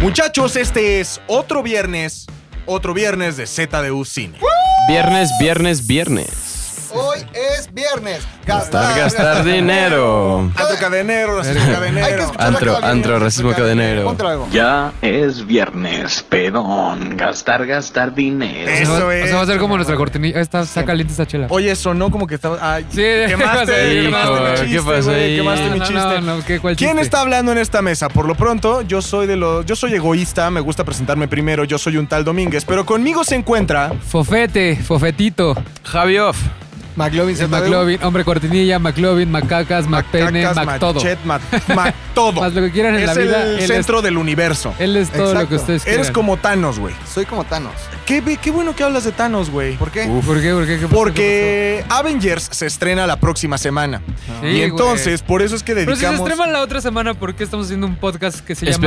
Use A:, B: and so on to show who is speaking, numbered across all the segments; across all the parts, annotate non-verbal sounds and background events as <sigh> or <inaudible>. A: Muchachos, este es otro viernes, otro viernes de ZDU Cine.
B: Viernes, viernes, viernes.
C: Hoy es viernes.
B: Gastar, <laughs> gastar dinero.
A: A tu cadenero, a tu
C: Hay que
A: cadenero.
C: escuchar la
B: Antro,
C: clave,
B: antro,
C: hay que
B: racismo
C: escuchar la clave.
B: cadenero.
C: Ponte algo.
D: Ya es viernes, pedón. Gastar, gastar dinero.
A: Eso
E: o sea, va-
A: es.
E: O sea, va a ser como nuestra cortinilla. Está, está caliente esta chela.
A: Oye, sonó como que estaba. Ay,
E: Sí, <laughs>
A: quemaste, quemaste
E: ¿qué
A: mi
E: pasó?
A: chiste,
B: ¿Qué pasó
A: güey,
B: ahí?
A: quemaste
E: No,
A: mi
E: no,
A: chiste.
E: no, no, ¿qué, cuál
A: ¿Quién
E: chiste?
A: está hablando en esta mesa? Por lo pronto, yo soy de los. Yo soy egoísta, me gusta presentarme primero, yo soy un tal Domínguez, pero conmigo se encuentra.
E: Fofete, Fofetito,
B: Javi Off.
C: McLovin se
E: McLovin, hombre cortinilla, McLovin, Macacas, Macpene,
A: Cacas,
E: Mactodo.
A: Machet,
E: <laughs>
A: Mac, Mac todo.
E: Más lo que quieran en
A: es
E: la vida, él
A: el
E: es-
A: centro del universo.
E: Él es todo lo que
C: Exacto.
E: ustedes quieran.
A: Eres como Thanos, güey.
C: Soy como Thanos.
A: Qué, be- qué bueno que hablas de Thanos, güey.
C: ¿Por qué?
E: ¿Por qué? ¿Por qué? ¿Qué pasó?
A: Porque Avengers se estrena la próxima semana.
E: Sí,
A: y entonces, por eso es que
E: Pero si se
A: dedicamos.
E: extrema la otra semana, ¿por qué estamos haciendo un podcast que se llama...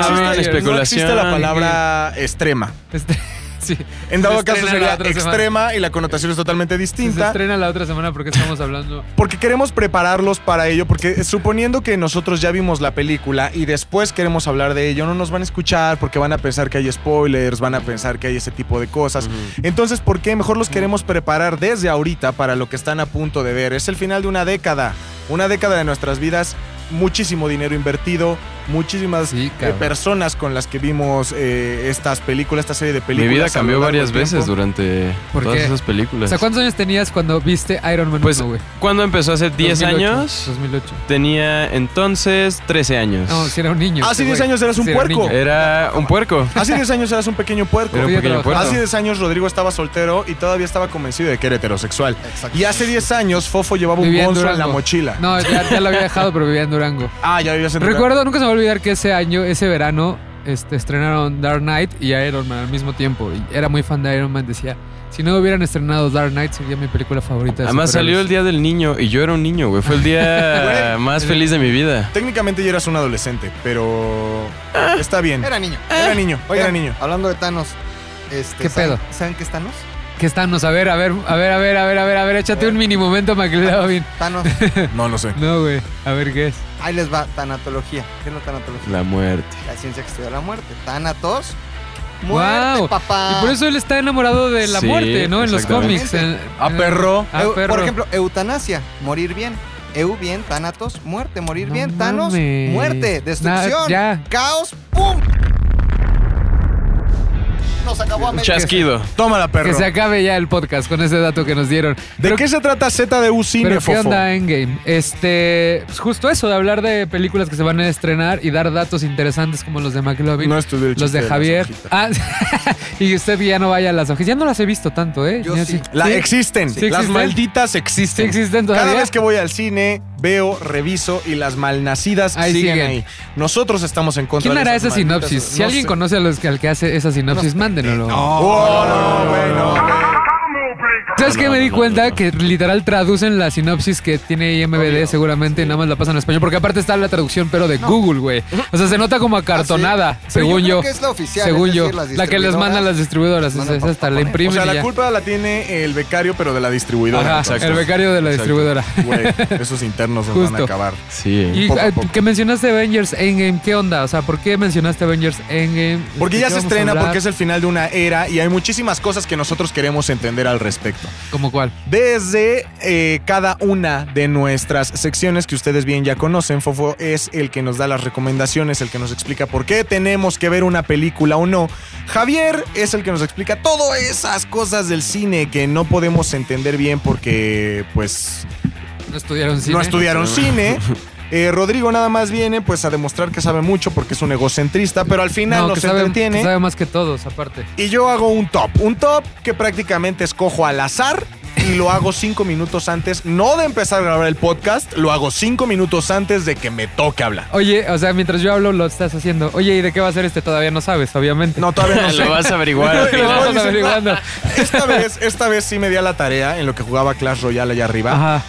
A: no, existe, no
B: especulación.
A: existe la palabra extrema.
E: Este- <laughs> sí.
A: En
E: Se
A: dado caso
E: estrena
A: sería
E: la otra semana.
A: extrema y la connotación es totalmente
E: Si Se
A: distinta.
E: estrena la otra semana porque estamos hablando...
A: Porque queremos prepararlos para ello, porque suponiendo que nosotros ya vimos la película y después queremos hablar de ello, no nos van a escuchar porque van a pensar que hay spoilers, van a pensar que hay ese tipo de cosas. Entonces, ¿por qué mejor los queremos preparar desde ahorita para lo que están a punto de ver? Es el final de una década, una década de nuestras vidas, muchísimo dinero invertido, muchísimas
E: Sí,
A: eh,
E: cabrón.
A: personas con las que vimos eh, estas películas, esta serie de
B: Mi
A: películas.
B: vida
A: a lo
B: cambió
A: largo
B: varias
A: del
B: veces
A: tiempo.
B: durante
E: ¿Por
B: todas
E: qué?
B: esas
E: O
B: películas.
E: sea, ¿cuántos años tenías cuando viste Iron Man
B: Pues,
E: 1, güey?
B: ¿Cuándo empezó? Hace 10
E: 2008,
B: años.
E: 2008.
B: Tenía entonces 13 años.
E: No, si era un niño.
A: Hace
E: este
A: 10
E: güey.
A: Ah, años eras un
E: Sí, era
A: puerco.
E: niño.
B: Era un puerco.
A: Hace 10 años eras un pequeño puerco.
B: Era un
E: Fui a
B: pequeño
E: trabajar. Ah,
B: puerco.
A: Hace 10 años Rodrigo estaba soltero y todavía estaba convencido de que era heterosexual.
C: Exacto.
A: Y hace 10 años Fofo llevaba un
E: Vivía en
A: bonzo en la
E: Durango.
A: mochila.
E: No, ya, ya lo había dejado, pero vivía
B: <laughs>
E: en Durango.
A: Ah, ya vivías en Durango.
E: Recuerdo, nunca se me va a olvidar que ese año, ese verano, este, estrenaron Dark Knight y Iron Man al mismo tiempo. Y era muy fan de Iron Man, decía, si no hubieran estrenado Dark Knight sería mi película favorita. de
B: Además salió el
E: superhéroes".
B: día del niño y yo era un niño, güey. Fue el
E: <laughs>
B: día más feliz de mi vida.
A: Técnicamente ya eras un adolescente, pero está bien.
C: Era niño.
A: Era niño,
C: Oigan,
A: era niño.
C: Hablando de Thanos. Este,
E: ¿Qué
C: ¿saben-
E: pedo?
C: ¿Saben qué es Thanos?
E: Que estamos, a ver, a ver, a ver, a ver, a ver, a ver, a ver, échate un mini momento, McLovin.
C: Thanos.
A: No, no
E: <laughs>
A: sé.
E: No, güey, a ver qué es.
C: Ahí les va tanatología. ¿Qué es la tanatología?
B: La muerte.
C: La ciencia que estudia la muerte. Tanatos.
E: Wow.
C: Muerte, papá.
E: Y por eso él está enamorado de la
B: Sí,
E: muerte, ¿no? En los
B: exactamente.
E: cómics. en-
A: A
E: en-
A: perro. Eh,
E: Ah,
C: Eu-
E: perro.
C: por ejemplo, eutanasia, morir bien. Eu bien, Thanatos, muerte, morir
E: No
C: bien, Thanos,
E: mames.
C: muerte, destrucción,
E: Nah, ya.
C: caos, ¡pum! Nos acabó a
B: Un
C: medio.
B: chasquido.
A: Tómala,
E: Que
A: perro.
E: se acabe ya el podcast con ese dato que nos dieron.
A: ¿De
E: Pero-
A: qué se trata ZDU Cine,
E: Pero ¿qué
A: Fofo?
E: onda Endgame? Este, pues justo eso, de hablar de películas que se van a estrenar y dar datos interesantes como los de McLovin,
A: No estudié el
E: los
A: chiste
E: de
A: las
E: Javier.
A: hojitas.
E: Ah, <laughs> y usted que ya no vaya a las hojas. Ya no las he visto tanto, ¿eh?
C: Yo
E: Ya
C: sí.
A: La,
E: ¿Sí?
A: Existen.
E: Sí
A: Las
E: existen.
A: malditas
E: Sí
A: existen.
E: existen
A: Cada
E: todavía.
A: vez que voy al cine, veo, reviso y las malnacidas
E: Ahí
A: siguen
E: siguen.
A: ahí. Nosotros estamos en contra
E: ¿Quién
A: de
E: hará esa
A: esas malditas-
E: sinopsis? Si
A: No
E: alguien
A: sé.
E: conoce a los que, al que hace esa sinopsis, mándenlo.
A: Oh, no, güey, no, güey.
E: ¿Sabes qué?
B: No,
E: Me
B: no,
E: di
B: no,
E: cuenta
B: no, no.
E: que literal traducen la sinopsis que tiene IMBD seguramente y nada más la pasan en español. Porque aparte está la traducción, pero de Google, güey. O sea, se nota como acartonada,
C: Ah, sí. Pero
E: según
C: yo
E: yo.
C: creo que es la oficial,
E: según
C: es
E: yo.
C: decir, las
E: la que les
C: distribuidoras
E: mandan las distribuidoras.
C: mandan
E: esa- esa
C: por
E: hasta la
C: papel.
A: O
E: imprimen
A: sea,
E: y
A: la
E: ya.
A: culpa la tiene el becario, pero de la distribuidora.
E: Ajá,
A: entonces.
E: el becario de la
B: Exacto.
E: distribuidora. <laughs>
A: Güey, esos internos nos van a
E: Justo.
A: acabar.
B: Sí.
E: Y
A: Poco a
E: eh,
A: poco.
E: que mencionaste Avengers Endgame, ¿qué onda? O sea, ¿por qué mencionaste Avengers Endgame?
A: Porque
E: ¿De
A: ya
E: qué
A: se
E: vamos a
A: estrena,
E: hablar?
A: porque es el final de una era y hay muchísimas cosas que nosotros queremos entender al respecto.
E: ¿Como cuál?
A: Desde eh, cada una de nuestras secciones que ustedes bien ya conocen, Fofo es el que nos da las recomendaciones, el que nos explica por qué tenemos que ver una película o no. Javier es el que nos explica todas esas cosas del cine que no podemos entender bien porque, pues,
E: No estudiaron cine.
A: no estudiaron
E: <laughs>
A: cine. Eh, Rodrigo nada más viene pues a demostrar que sabe mucho porque es un egocentrista, pero al final
E: No,
A: nos
E: que sabe,
A: entretiene.
E: que sabe más que todos, aparte.
A: Y yo hago un top. Un top que prácticamente escojo al azar y lo hago cinco minutos antes, no de empezar a grabar el podcast, lo hago cinco minutos antes de que me toque hablar.
E: Oye, o sea, mientras yo hablo lo estás haciendo. Oye, ¿y de qué va a ser este? Todavía no sabes, obviamente.
A: No, todavía no sé.
B: <laughs> Lo vas a averiguar. al
E: <laughs> Lo
A: Pero
B: final.
E: vamos
A: dice,
E: averiguando.
A: Esta vez, esta vez sí me di a la tarea en lo que jugaba Clash Royale allá arriba.
E: Ajá.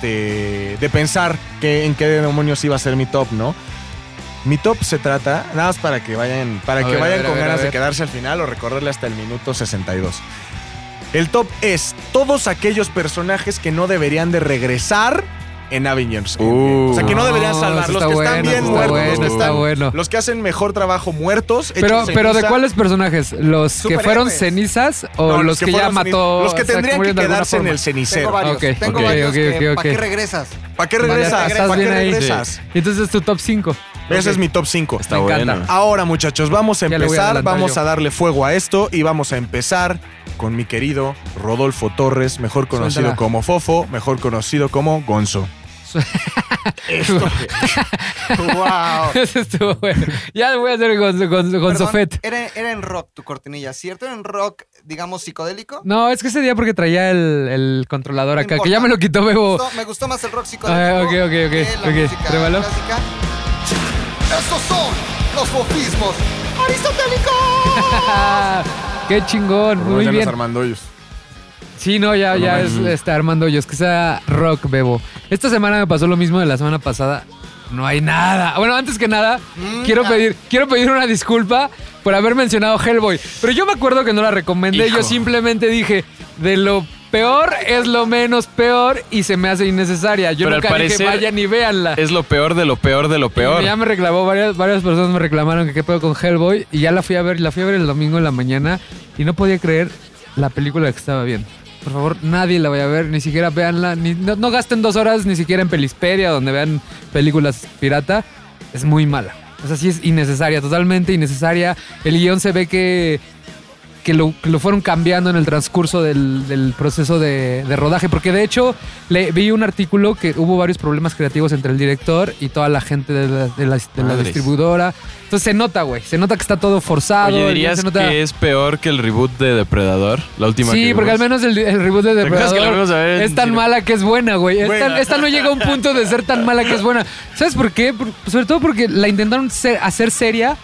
A: este, de pensar que, en qué demonios iba a ser mi top, ¿no? Mi top se trata, nada más para que vayan, para
E: A
A: que
E: ver, a
A: vayan
E: ver,
A: con
E: a ver,
A: ganas
E: a
A: de
E: ver.
A: quedarse al final o recorrerle hasta el minuto 62. El top es todos aquellos personajes que no deberían de regresar en Avengers.
B: Uh.
A: O sea, que no deberían salvar.
E: eso
A: Los
E: está
A: que están
E: bueno,
A: bien
E: eso
A: muertos.
E: Está bueno,
A: los, que
E: está
A: están-
E: bueno.
A: los que hacen mejor trabajo muertos. hechos
E: Pero, pero ¿de
A: ceniza.
E: cuáles personajes? ¿Los que
A: Superhéroes.
E: fueron cenizas
A: No,
E: o los, que, ya
A: fueron ceni-
E: mató?
A: Los que
E: o sea,
A: tendrían que
E: murieron de alguna
A: quedarse en
E: forma?
A: el
C: Tengo
A: cenicero.
C: varios.
E: Ok,
C: Tengo
B: ok,
C: varios.
E: ok,
C: que-
E: ok,
C: ¿Para
E: ok.
C: qué regresas?
A: ¿Para qué
E: Vale,
A: regresas?
E: estás
A: ¿Para qué
E: bien ahí.
A: regresas?
E: Entonces tu top 5.
A: Ese es mi top 5.
B: Está
E: Me
B: bueno.
E: encanta.
A: Ahora, muchachos, vamos a
E: Ya le voy a
A: empezar,
E: adelantar
A: vamos
E: yo.
A: a darle fuego a esto y vamos a empezar con mi querido Rodolfo Torres, mejor conocido
E: Suéltala.
A: como Fofo, mejor conocido como Gonzo.
E: <laughs>
C: ¡Wow!
E: Ese estuvo bueno. Ya voy a hacer con, con, con
C: Perdón,
E: Sofet.
C: Era, era en rock tu cortinilla, ¿cierto? Era en rock, digamos, psicodélico.
E: No, es que ese día porque traía el, el controlador
C: No
E: acá, que
C: importa.
E: ya me lo quitó
C: Me,
E: Bebo.
C: gustó, me gustó más el rock psicodélico.
E: Oh. Ah, ok, ok, ok.
C: que la
E: Ok,
C: música
E: trébalo.
C: clásica. Estos son los sofismos aristotélicos.
E: <laughs> Qué chingón, muy bien. Sí, no, ya, ya es este, Armando Hoyos, que sea rock, bebo. Esta semana me pasó lo mismo de la semana pasada. No hay nada. Bueno, antes que nada,
C: Mm,
E: quiero
C: ya.
E: pedir, quiero pedir una disculpa por haber mencionado Hellboy. Pero yo me acuerdo que no la recomendé. Yo simplemente dije, de lo peor es lo menos peor y se me hace innecesaria. Yo
B: Pero al
E: nunca dije,
B: parecer
E: vayan y véanla.
B: Es lo peor de lo peor de lo peor.
E: Ya me reclamó, varias, varias personas me reclamaron que qué pedo con Hellboy y ya la fui a ver, la fui a ver el domingo en la mañana y no podía creer la película que estaba viendo. Por favor, nadie la vaya a ver, ni siquiera véanla, ni- no, no gasten dos horas ni siquiera en Pelisperia donde vean películas pirata, es muy mala. O sea, sí es innecesaria, totalmente innecesaria. El guión se ve que, que, lo, que lo fueron cambiando en el transcurso del, del proceso de, de rodaje, porque de hecho le, vi un artículo que hubo varios problemas creativos entre el director y toda la gente de la, de la- de la
B: Madres.
E: distribuidora. Entonces se nota, güey, se nota que está todo forzado. el
B: Oye,
E: guión
B: ¿dirías
E: se nota-
B: que es peor que el reboot de Depredador? La última que
E: Sí, porque
B: vimos.
E: al menos el, el reboot de
B: ¿Te acuerdas que la
E: Depredador
B: fuimos a ver en
E: es tan
B: cine?
E: mala que es buena, güey. Es
A: Güey.
E: tan- Esta no llega a un punto de ser tan mala que es buena. ¿Sabes por qué? Por- sobre todo porque la intentaron ser- hacer seria.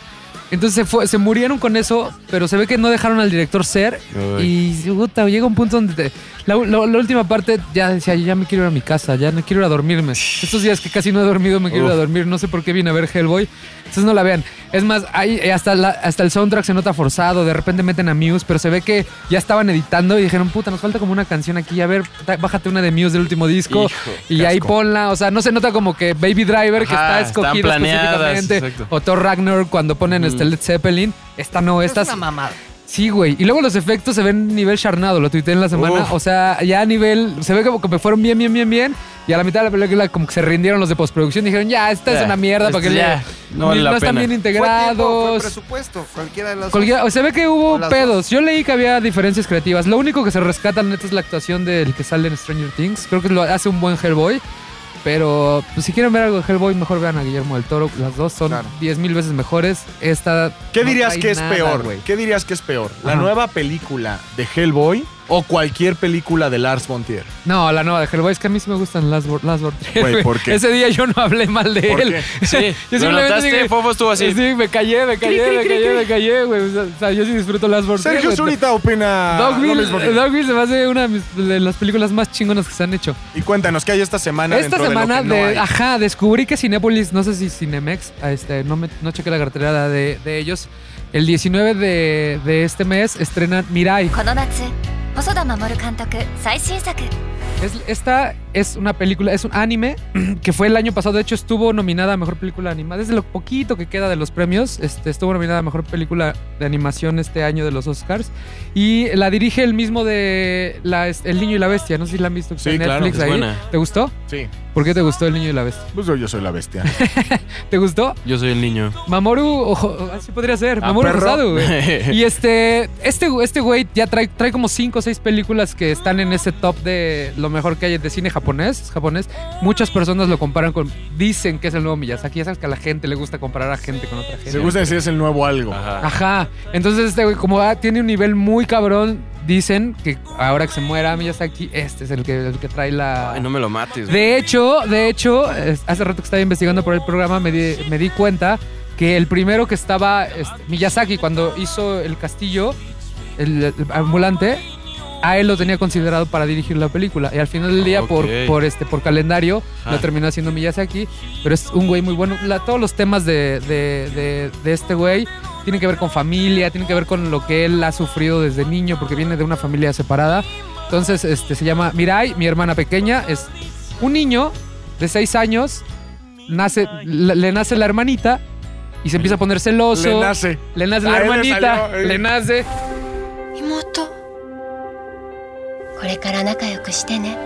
E: Entonces se, fue- se murieron con eso, pero se ve que no dejaron al director ser.
B: Uy.
E: Y puta, llega un punto donde te- la, la- la última parte ya decía, yo ya me quiero ir a mi casa, ya no quiero ir a dormirme. Estos días que casi no he dormido, me quiero ir a
B: Uf.
E: dormir. No sé por qué vine a ver Hellboy. Entonces no la vean. Es más, ahí eh, hasta, la- hasta el soundtrack se nota forzado. De repente meten a Muse, pero se ve que ya estaban editando y dijeron, puta, nos falta como una canción aquí. A ver, ta- bájate una de Muse del último disco y ahí ponla. O sea, no se nota como que Baby Driver, que
B: Ajá,
E: está escogido
B: están planeadas,
E: específicamente,
B: exacto.
E: o Thor Ragnar cuando ponen este Led Zeppelin. Esta no, esta
C: es una mamada.
E: Sí, güey. Y luego los efectos se ven nivel charnado. Lo tuiteé en la semana.
B: Uf.
E: O sea, ya a nivel. Se ve como que me fueron bien, bien, bien, bien. Y a la mitad de la película, como que se rindieron los de postproducción. Dijeron, ya, esta es
B: Ya,
E: una mierda.
B: esto
E: Porque
B: ya, no vale la
E: están
B: pena.
E: bien
C: Fue tiempo, fue
E: integrados.
C: presupuesto, cualquiera de las dos.
E: Cualquiera- o se ve que hubo
C: Con las
E: pedos. Yo leí que había diferencias creativas. Lo único que se rescata neta es la actuación del que sale en Stranger Things. Creo que lo hace un buen Hellboy. Pero pues, si quieren ver algo de Hellboy, mejor vean a Guillermo del Toro. Las dos son
C: Claro.
E: 10 mil veces mejores. Esta.
A: ¿Qué
E: no
A: dirías
E: trae
A: que es
E: nada,
A: peor?
E: güey.
A: ¿Qué dirías que es peor? ¿La
E: Ajá.
A: nueva película de Hellboy o cualquier película de Lars von Trier?
E: No, la nueva de Hellboy es que a mí sí me gustan las Bor- las Bor-
A: Güey, ¿por qué?
E: Ese día yo no hablé mal de
A: ¿Por
E: él.
A: qué?
B: Sí,
E: <laughs> yo
B: ¿Lo
E: simplemente
B: notaste?
E: dije-
B: Fofo estuvo así.
E: Sí, me callé, me callé, me callé, me callé, güey. O sea, o sea, yo sí disfruto las Bor-
A: Sergio
E: güey.
A: Zurita opina lo
E: Dogville,
A: mismo que yo.
E: Dogville se me hace una de, mis- de las películas más chingonas que se han hecho.
A: Y cuéntanos, ¿qué hay esta semana
E: Esta
A: dentro
E: semana,
A: de lo que no
E: de, ah.
A: hay?
E: ajá, descubrí que Cinépolis, no sé si Cinemex, ah, este, no, me, no chequé la cartera de, de ellos. El 19 de, de este mes estrenan Mirai.
F: この夏細田守監督最新作
E: Es- esta es una película, es un anime <clears throat> que fue el año pasado. De hecho, estuvo nominada a mejor película animada. Desde lo poquito que queda de los premios, este, estuvo nominada a mejor película de animación este año de los Oscars. Y la dirige el mismo de la, es- El Niño y la Bestia. No sé si la han visto que está
A: Sí,
E: en
A: claro,
E: Netflix
B: es
E: ahí.
B: buena.
E: ¿Te gustó?
A: Sí,
E: ¿Por qué te gustó El Niño y la Bestia?
A: pues yo, yo soy la <laughs> bestia.
E: ¿Te gustó?
B: Yo soy el niño.
E: Mamoru, ojo, así podría ser.
A: Ah,
E: Mamoru
A: perro. <laughs>
E: Rosado, güey.
B: <laughs>
E: Y este, este, este güey ya trae, trae como 5 o 6 películas que están en ese top de lo mejor que hay de cine japonés. japonés. Muchas personas lo comparan con. Dicen que es el nuevo Miyazaki. Ya sabes que a la gente le gusta comparar a gente con otra gente.
A: Se gusta decir es el nuevo algo.
B: Ajá.
E: Ajá. Entonces, este güey, como ah, tiene un nivel muy cabrón, dicen que ahora que se muera Miyazaki, este es el que, el que trae la.
B: Ay, no me lo mates. güey.
E: De hecho, de hecho, es- hace rato que estaba investigando por el programa me di, me di cuenta que el primero que estaba este, Miyazaki cuando hizo el castillo, el, el ambulante, a él lo tenía considerado para dirigir la película y al final del día por,
B: Ok.
E: por este por calendario lo
B: Ah.
E: terminó haciendo Miyazaki, pero es un güey muy bueno. La- todos los temas de, de- de- de este güey tienen que ver con familia, tienen que ver con lo que él ha sufrido desde niño porque viene de una familia separada. Entonces, este se llama Mirai, mi hermana pequeña, es un niño de seis años, nace, le, le nace la hermanita y se empieza a poner celoso.
A: Le nace.
E: Le nace
A: A
E: la
A: él le
E: hermanita.
A: salió, eh.
E: le nace.
F: 妹これから仲良くしてね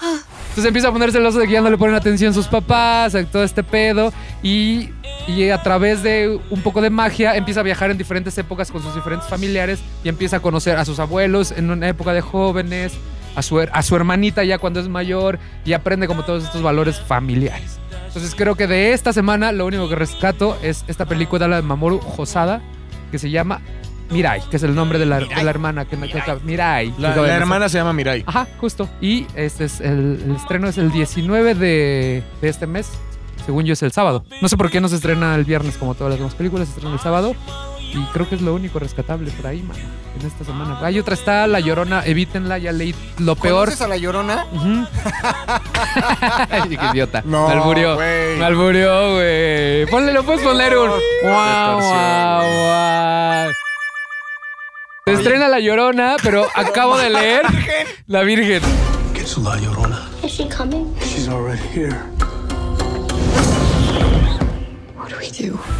E: Entonces empieza a poner celoso de que ya no le ponen atención sus papás, a todo este pedo. Y, y a través de un poco de magia empieza a viajar en diferentes épocas con sus diferentes familiares y empieza a conocer a sus abuelos en una época de jóvenes, a su, her- a su hermanita ya cuando es mayor y aprende como todos estos valores familiares. Entonces creo que de esta semana lo único que rescato es esta película de Mamoru Hosada que se llama Mirai, que es el nombre de la, de la hermana que me toca. Mirai. que
A: La,
E: acaba de
A: la
E: Ah. nacer.
A: hermana se llama Mirai.
E: Ajá, justo. Y este es el, el estreno es el 19 de, de este mes. Según yo es el sábado. No sé por qué no se estrena el viernes como todas las demás películas, se estrena el sábado. Y creo que es lo único rescatable por ahí, mano, en esta semana. Hay otra, está La Llorona, evítenla, ya leí lo oh, peor.
C: ¿Conoces a la llorona?
E: Ujú. Ay, qué idiota.
A: No,
E: me alburió.
A: güey.
E: Me alburió, güey. Ponle, lo puedes poner un. Guau, guau, guau. Se estrena La Llorona, pero acabo de leer La Virgen.
G: Is she coming?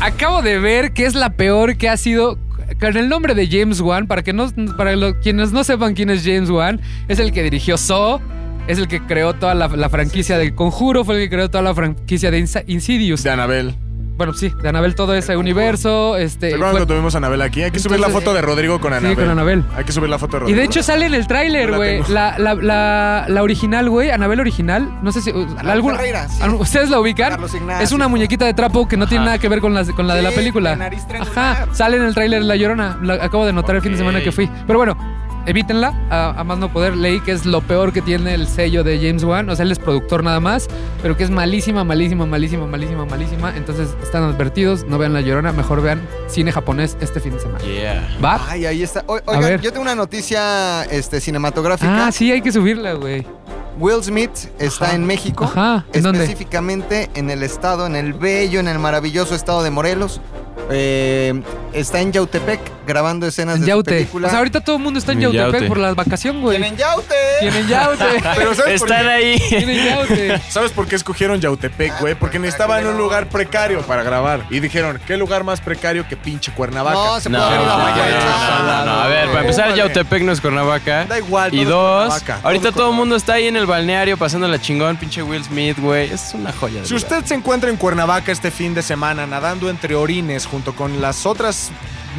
E: Acabo de ver que es la peor que ha sido con el nombre de James Wan. Para, que no, para lo- quienes no sepan quién es James Wan, es el que dirigió Saw, es el que creó toda la, la franquicia del Conjuro, fue el que creó toda la franquicia de Insa- Insidious.
A: De Anabel.
E: Bueno, sí, de Anabel todo ese universo.
A: ¿Se
E: Este,
A: acuerdan
E: fue-
A: cuando tuvimos a Anabel aquí? Hay que subir la
E: Entonces,
A: foto de Rodrigo con Anabel.
E: con Anabel.
A: Hay que subir la foto de
E: y
A: Rodrigo.
E: de hecho sale en el tráiler,
A: Yo la
E: güey.
A: tengo.
E: La, la, la, la original, güey. Anabel original. No sé si. ¿alguna-
C: Ferreira, sí.
E: ¿Ustedes la ubican?
C: Carlos Ignacio.
E: Es una muñequita de trapo que no tiene nada que ver con, las- con la de la
C: Sí,
E: película.
C: de nariz triangular.
E: Ajá. Sale en el tráiler La Llorona. La acabo de notar el fin de semana que fui. Pero bueno, evítenla. A, a más no poder. Leí que es lo peor que tiene el sello de James Wan. O sea, él es productor nada más. Pero que es malísima, malísima, malísima, malísima, malísima. Entonces están advertidos. No vean La Llorona. Mejor vean cine japonés este fin de semana.
B: Yeah.
E: ¿Va?
C: Ay, ahí está. O- oigan,
E: ver.
C: yo tengo una noticia este, cinematográfica.
E: Ah, sí, hay que subirla, güey.
C: Will Smith está
E: Ajá.
C: en México.
E: Ajá, ¿en dónde?
C: específicamente en el estado, en el bello, en el maravilloso estado de Morelos. Eh, está en Yautepec grabando escenas
E: En
C: de su
E: Yaute.
C: película.
E: O sea, ahorita todo el mundo está en
B: En
E: Yautepec
B: Yaute.
E: por la vacación, güey.
C: ¡Tienen Yaute!
E: Tienen Yaute.
B: <laughs>
A: Pero ¿sabes por,
B: Están
A: qué?
B: ahí.
E: <laughs> Tienen Yaute.
A: ¿sabes por qué escogieron Yautepec,
E: Ah,
A: güey? Porque necesitaban un lugar precario para grabar. Y dijeron, ¿qué lugar más precario que pinche Cuernavaca?
C: No, se
B: <laughs> No,
C: puede
B: no,
C: ir a la
B: no,
C: Valle de
B: no,
C: Chalada,
B: no, no. A ver, para empezar, Yautepec no es Cuernavaca.
C: Da igual.
B: Y
C: todo es
B: dos,
C: Cuernavaca.
B: ahorita
C: es
B: todo el mundo está ahí en el balneario pasando la chingón, pinche Will Smith, güey. Es una joya. de
A: Si
B: lugar.
A: usted se encuentra en Cuernavaca este fin de semana nadando entre orines junto con las otras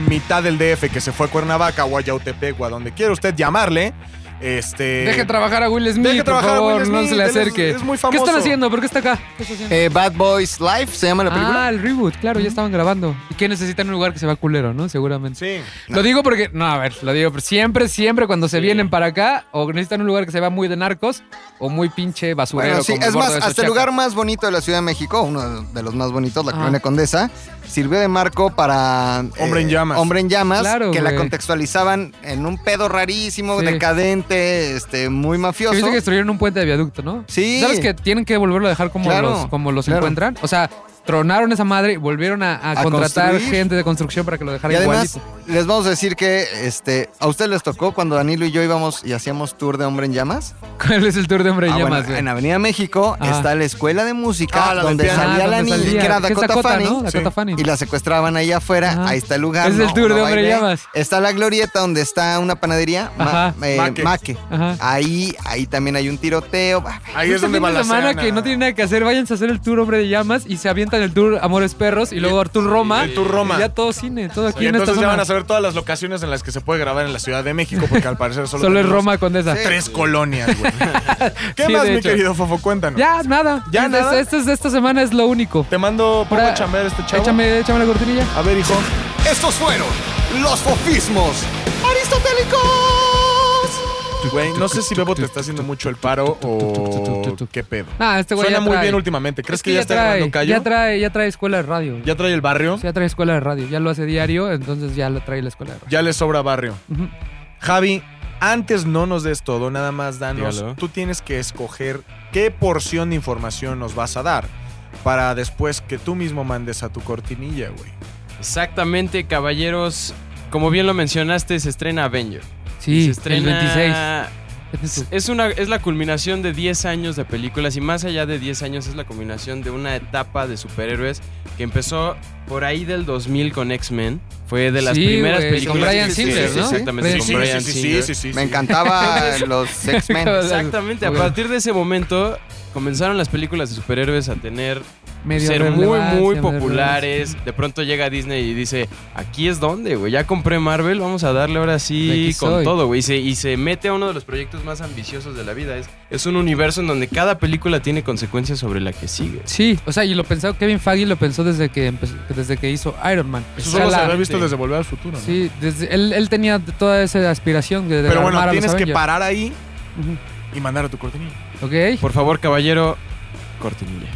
A: mitad del DF que se fue a Cuernavaca o a Yautepec o a donde quiera usted llamarle, este...
E: Deje trabajar a Will Smith,
A: Deje
E: por
A: trabajar a
E: favor,
A: Will
E: no
A: Smith,
E: se le
A: él es-
E: acerque.
A: es muy
E: ¿Qué
A: famoso.
E: están haciendo? ¿Por qué está acá? ¿Qué está haciendo?
C: Eh, Bad Boys Life se llama la película.
E: Ah, el reboot, claro, ya estaban grabando. ¿Y qué necesitan un lugar que se va culero, no? Seguramente.
A: Sí.
E: Lo digo porque, no, a ver, lo digo, pero siempre, siempre cuando se vienen para acá, o necesitan un lugar que se va muy de narcos, o muy pinche basurero.
C: Bueno, sí,
E: como
C: es
E: Gordo
C: más,
E: de
C: hasta el
E: Xochaca.
C: lugar más bonito de la Ciudad de México, uno de los más bonitos, la
E: Ajá.
C: Colonia Condesa, sirvió de marco para... eh,
A: Hombre en llamas.
C: Hombre en llamas,
E: Claro,
C: que la
E: güey.
C: contextualizaban en un pedo rarísimo,
E: Sí.
C: decadente, este, muy
E: Sí,
C: mafioso.
E: Viste que destruyeron un puente de viaducto, ¿no?
C: Sí.
E: ¿Sabes que tienen que volverlo a dejar como
C: Claro,
E: los, como los
C: claro.
E: encuentran? O sea, tronaron esa madre, volvieron a, a
C: A
E: contratar
C: construir.
E: gente de construcción para que lo
C: Y
E: dejaran
C: además,
E: igualito. <laughs>
C: les vamos a decir que este, a ustedes les tocó cuando Danilo y yo íbamos y hacíamos tour de Hombre en Llamas.
E: ¿Cuál es el tour de hombre y
C: Ah, bueno,
E: llamas, güey?
C: en Avenida México
E: Ah.
C: está la escuela de música
A: Ah, la del
C: donde
A: piano.
C: salía
E: Ah,
C: la
E: ¿dónde
C: niña
E: salía?
C: que era
E: Que es
C: Dakota,
E: Dakota,
C: Fanning.
E: ¿no? Dakota
A: sí.
E: Fanning.
C: y la secuestraban ahí afuera.
E: Ajá.
C: Ahí está el lugar.
E: Ese es el tour de
C: va
E: Hombre
C: y ve.
E: Llamas.
C: Está la glorieta donde está una panadería, ma-
E: Ajá.
C: eh,
A: Maque.
C: Maque.
E: Ajá.
C: Ahí, ahí también hay un tiroteo.
A: Ahí
E: Un
A: es donde
E: Este fin de
A: va la
E: semana que no tienen nada que hacer, váyanse a hacer el tour Hombre de Llamas y se avientan el tour Amores Perros y luego Artur Roma.
A: el tour Roma.
E: Y ya todo cine, todo aquí
A: Y
E: en esta
A: entonces ya
E: zona.
A: van a saber todas las locaciones en las que se puede grabar en la Ciudad de México, porque al parecer solo,
E: Solo es
A: tenemos
E: Roma Condesa.
A: Tres colonias,
E: <laughs>
A: güey. ¿Qué
E: Sí,
A: más,
E: de
A: mi
E: hecho.
A: querido Fofo? Cuéntanos.
E: Ya, nada.
A: ¿Ya
E: Es- es-
A: nada?
E: esto es de esta semana es lo único.
A: Te mando por
E: Ahora,
A: chambear este chavo.
E: Échame, échame la cortinilla.
A: A ver, hijo.
C: Estos fueron los fofismos aristotélicos.
A: Güey, no sé si Bebo te está haciendo mucho el paro o qué pedo.
E: Ah, este güey
A: Suena
E: ya
A: muy
E: trae.
A: bien últimamente. ¿Crees
E: Es
A: que ya está
E: trae,
A: agarrando callo?
E: Ya trae, ya trae escuela de radio. güey.
A: ¿Ya trae el barrio?
E: Sí, ya trae escuela de radio. Ya lo hace diario, entonces ya lo trae la escuela de radio.
A: Ya le sobra barrio.
E: Ujú.
A: Javi, antes no nos des todo, nada más danos.
B: Dígalo.
A: Tú tienes que escoger qué porción de información nos vas a dar para después que tú mismo mandes a tu cortinilla, güey.
B: Exactamente, caballeros. Como bien lo mencionaste, se estrena Avenger.
E: Sí, Este
B: se estrena
E: el 26. Eso.
B: Es, una, es la culminación de 10 años de películas y más allá de 10 años es la culminación de una etapa de superhéroes que empezó por ahí del 2000 con X-Men. Fue de las
E: Sí,
B: primeras
E: güey,
B: películas.
E: con Bryan
B: Sí, sí, sí,
E: Singer, ¿no?
B: Exactamente,
E: Pues Sí,
B: con
E: sí,
B: Bryan Singer.
C: Me encantaba los
E: <laughs>
C: X-Men.
B: Exactamente, a
E: Ok.
B: partir de ese momento comenzaron las películas de superhéroes a tener
A: Pues,
E: Medio
B: ser muy
E: relevancia,
B: muy
E: medio
B: populares. De pronto llega Disney y dice, "Aquí es donde, güey, ya compré Marvel, vamos a darle ahora
E: De
B: sí
E: aquí
B: con
E: soy".
B: todo, güey." Y se, y se mete a uno de los proyectos más ambiciosos de la vida, es es un universo en donde cada película tiene consecuencias sobre la que sigue.
E: Sí, o sea, y lo pensó Kevin Feige lo pensó desde que empezó- desde que hizo Iron Man.
A: Eso
E: O sea,
A: solo se
E: la-
A: había visto desde Volver al Futuro, ¿no?
E: Sí, desde, él, él tenía toda esa aspiración de, de
A: Pero bueno,
E: armar a los
A: tienes que
E: Avengers.
A: parar ahí y mandar a tu cortinilla.
E: Ok.
B: Por favor, caballero, cortinilla.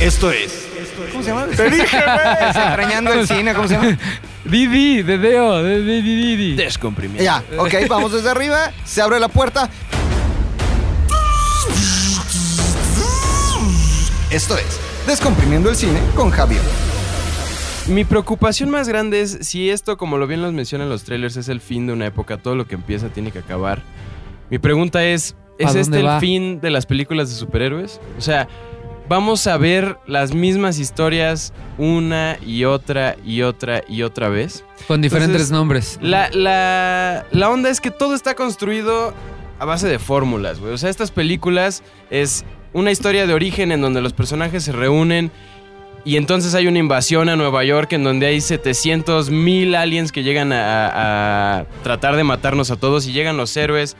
A: Esto es. ¿Cómo se llama? Te dije, güey.
C: <laughs> Extrañando el cine, ¿cómo se
E: <laughs>
C: llama?
E: Didi, de Deo, de de- de- Didi.
B: Descomprimido.
C: Ya, ok, vamos desde arriba. Se abre la puerta. Esto es Descomprimiendo el cine con Javier.
B: Mi preocupación más grande es si esto, como lo bien los mencionan los trailers, es el fin de una época, todo lo que empieza tiene que acabar. Mi pregunta es,
E: ¿A
B: ¿es
E: dónde
B: este
E: va?
B: el fin de las películas de superhéroes? O sea, ¿vamos a ver las mismas historias una y otra y otra y otra vez?
E: Con diferentes
B: Entonces,
E: nombres.
B: La, la- la onda es que todo está construido a base de fórmulas, güey. O sea, estas películas es una historia de origen en donde los personajes se reúnen y entonces hay una invasión a Nueva York en donde hay 700 mil aliens que llegan a, a tratar de matarnos a todos y llegan los héroes.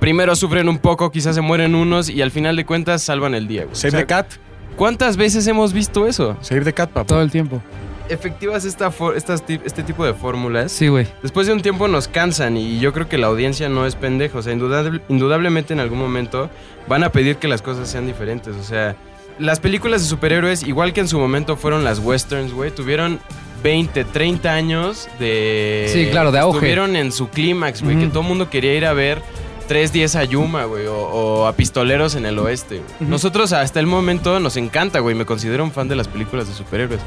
B: Primero sufren un poco, quizás se mueren unos y al final de cuentas salvan el día, güey. O
A: Save
B: sea,
A: the cat.
B: ¿Cuántas veces hemos visto eso?
A: Save the cat, papá.
E: Todo el tiempo.
B: Efectivas esta for- estas ti- este tipo de fórmulas
E: Sí, güey.
B: después de un tiempo nos cansan y yo creo que la audiencia no es pendeja. O sea, indudable- indudablemente en algún momento van a pedir que las cosas sean diferentes. O sea, las películas de superhéroes, igual que en su momento fueron las westerns, güey, tuvieron 20, 30 años de...
E: Sí, claro, de auge.
B: Estuvieron en su clímax, güey, que
E: Ujú.
B: todo el mundo quería ir a ver 3-10 a Yuma, güey, o, o a Pistoleros en el Oeste. güey.
E: Ujú.
B: Nosotros hasta el momento nos encanta, güey, me considero un fan de las películas de superhéroes.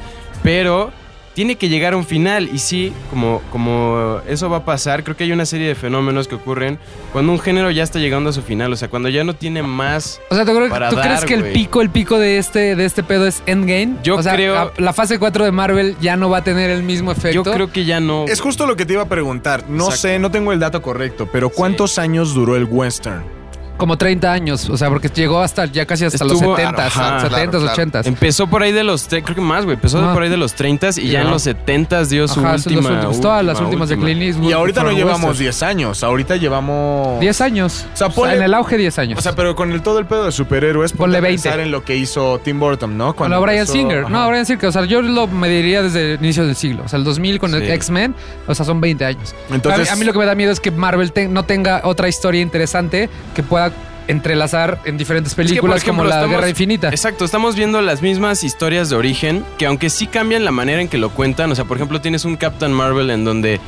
B: Pero tiene que llegar a un final y sí, como, como eso va a pasar, creo que hay una serie de fenómenos que ocurren cuando un género ya está llegando a su final, o sea, cuando ya no tiene más...
E: O sea, ¿tú, creo-
B: Para
E: tú
B: dar,
E: crees que el
B: güey.
E: pico, el pico de este, de este pedo es Endgame?
B: Yo
E: o sea,
B: creo-
E: a- La fase 4 de Marvel ya no va a tener el mismo
B: Yo
E: efecto.
B: creo que ya no...
A: Es justo lo que te iba a preguntar. No
B: Exacto.
A: sé, no tengo el dato correcto, pero ¿cuántos años duró el western?
E: Como 30 años. O sea, porque llegó hasta ya casi hasta
B: Estuvo-
E: los 70,
B: Ajá,
E: 70s,
C: claro, claro.
E: 80s.
B: Empezó por ahí de los... tre- Creo que más, güey. Empezó
E: Ajá.
B: por ahí de los 30 y ya en
E: Ah. Ajá.
B: los 70 dio su
E: Ajá, son los
B: última...
E: últimos. Todas las últimas de Clint Eastwood.
A: Y ahorita no
E: fueron
A: llevamos
E: westerns.
A: 10 años, ahorita llevamos...
E: 10 años.
A: O sea,
E: O sea,
A: ponle-
E: en el auge 10 años.
A: O sea, pero con el, todo el pedo de superhéroes, ponte
E: Ponle
A: a
E: 20.
A: pensar en lo que hizo Tim Burton, ¿no?
E: Con la Brian
A: empezó-
E: Singer.
A: Ajá.
E: No, Brian Singer. O sea, yo lo mediría desde el inicio del siglo. O sea, el 2000 con el
B: Sí.
E: X-Men. O sea, son 20 años.
A: Entonces,
E: a, mí, a mí lo que me da miedo es que Marvel te- no tenga otra historia interesante que pueda entrelazar en diferentes
B: que, por
E: películas
B: ejemplo,
E: como La
B: estamos-
E: Guerra Infinita.
B: Exacto, estamos viendo las mismas historias de origen, que aunque sí cambian la manera en que lo cuentan, o sea, por ejemplo, tienes un Captain Marvel en donde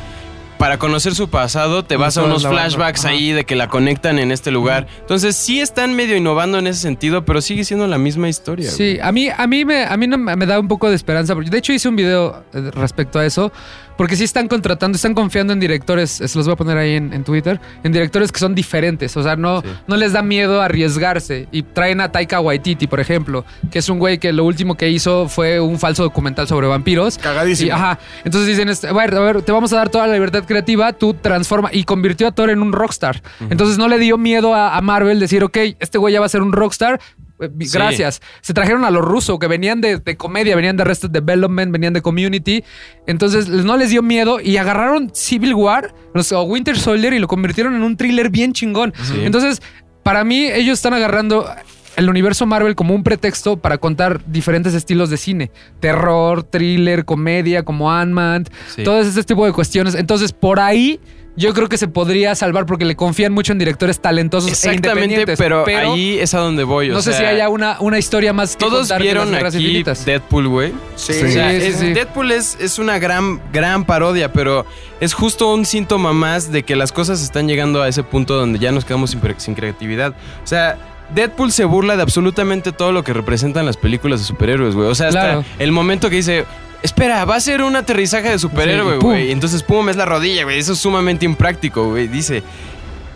B: para conocer su pasado te
E: Y
B: vas a
E: toda
B: unos
E: la banda,
B: flashbacks
E: ajá.
B: ahí de que la conectan en este lugar. Entonces sí están medio innovando en ese sentido, pero sigue siendo la misma historia. güey.
E: Sí, a mí, a mí, me, a mí no- me da un poco de esperanza. Porque de hecho, hice un video eh, respecto a eso. Porque sí están contratando, están confiando en directores. eh, Se los voy a poner ahí en, en Twitter. En directores que son diferentes. O sea, no, no les da miedo arriesgarse. Y traen a Taika Waititi, por ejemplo. Que es un güey que lo último que hizo fue un falso documental sobre vampiros.
A: cagadísimo.
E: Y, ajá. Entonces dicen, este, a ver, a ver, te vamos a dar toda la libertad creativa, tú transforma y convirtió a Thor en un rockstar. Entonces no le dio miedo a, a Marvel decir, ok, este güey ya va a ser un rockstar. eh,
B: Sí.
E: Gracias. Se trajeron a los rusos que venían de, de comedia, venían de Arrested Development, venían de Community. Entonces les- no les dio miedo y agarraron Civil War los- o Winter Soldier y lo convirtieron en un thriller bien chingón.
B: Sí.
E: Entonces, para mí, ellos están agarrando el universo Marvel como un pretexto para contar diferentes estilos de cine. Terror, thriller, comedia, como Ant-Man,
B: Sí.
E: todo ese tipo de cuestiones. Entonces, por ahí yo creo que se podría salvar porque le confían mucho en directores talentosos e
B: Exactamente,
E: independientes.
B: pero, ahí es a donde voy. o
E: no sé si
B: sea,
E: haya una, una historia más que
B: Todos
E: contar que
B: vieron
E: las Guerras
B: aquí
E: Infinitas.
B: Deadpool, güey.
A: Sí.
B: O sea,
E: Sí, sí,
B: es-
E: sí.
B: Deadpool es, es una gran, gran parodia, pero es justo un síntoma más de que las cosas están llegando a ese punto donde ya nos quedamos sin, pre- sin creatividad. O sea, Deadpool se burla de absolutamente todo lo que representan las películas de superhéroes, güey. O sea, hasta
E: Claro.
B: el momento que dice. Espera, va a ser un aterrizaje de superhéroe,
E: Sí, y pum.
B: güey. Entonces, pum, es la rodilla, güey. Eso es sumamente impráctico, güey. Dice,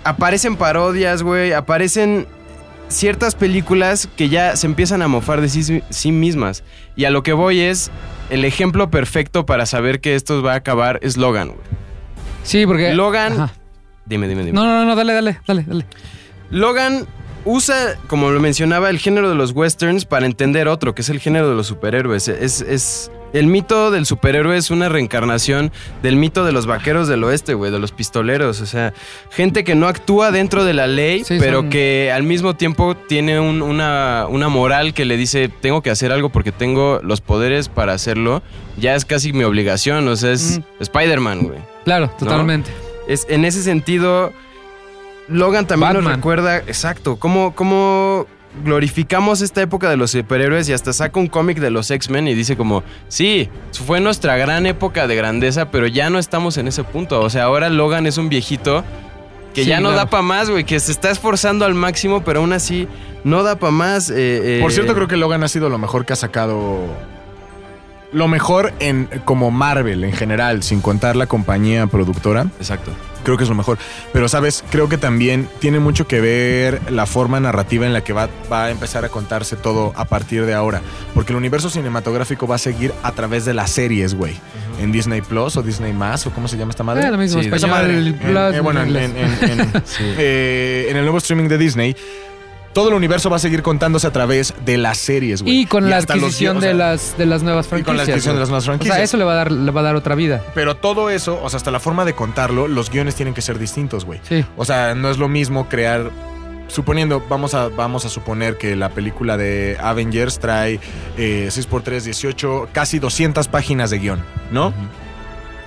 B: aparecen parodias, güey. Aparecen ciertas películas que ya se empiezan a mofar de sí, sí mismas. Y a lo que voy es el ejemplo perfecto para saber que esto va a acabar es Logan, güey.
E: Sí, porque.
B: Logan-
E: Ajá.
B: Dime, dime, dime.
E: No, no, no, dale, dale, dale, dale.
B: Logan usa, como lo mencionaba, el género de los westerns para entender otro, que es el género de los superhéroes. Es, es- el mito del superhéroe es una reencarnación del mito de los vaqueros del oeste, güey, de los pistoleros. O sea, gente que no actúa dentro de la ley,
E: Sí,
B: pero
E: son-
B: que al mismo tiempo tiene un- una, una moral que le dice, tengo que hacer algo porque tengo los poderes para hacerlo. Ya es casi mi obligación, o sea, es Spider-Man, güey.
E: Claro, totalmente.
B: Es, en ese sentido, Logan también nos
E: Batman.
B: recuerda, exacto, cómo, cómo glorificamos esta época de los superhéroes y hasta saca un cómic de los X-Men y dice como, sí, fue nuestra gran época de grandeza, pero ya no estamos en ese punto. O sea, ahora Logan es un viejito que
E: Sí,
B: ya no
E: claro.
B: da pa' más, güey, que se está esforzando al máximo, pero aún así no da pa' más. eh, eh,
A: Por cierto, creo que Logan ha sido lo mejor que ha sacado. Lo mejor en como Marvel en general, sin contar la compañía productora.
B: Exacto.
A: creo que es lo mejor. Pero, ¿sabes? Creo que también tiene mucho que ver la forma narrativa en la que va, va a empezar a contarse todo a partir de ahora. Porque el universo cinematográfico va a seguir a través de las series, güey. En Disney Plus o Disney Más o cómo se llama esta madre.
E: Eh, lo mismo,
B: Sí,
A: Esa
E: español,
A: madre. En-
E: plus,
A: eh, bueno, en,
E: inglés.
A: en- en- <laughs> en- eh, en el nuevo streaming de Disney. Todo el universo va a seguir contándose a través de las series, güey.
E: y con la
A: hasta los
E: adquisición
A: guio- o sea,
E: de, las, de las nuevas
A: y
E: franquicias.
A: con la adquisición de las nuevas
E: franquicias.
A: franquicias.
E: O sea, eso le va a dar, le va a dar otra vida.
A: Pero todo eso, o sea, hasta la forma de contarlo, los guiones tienen que ser distintos, güey.
E: Sí.
A: O sea, no es lo mismo crear. Suponiendo, vamos a, vamos a suponer que la película de Avengers trae eh, 6x3, 18, casi 200 páginas de guión, ¿no?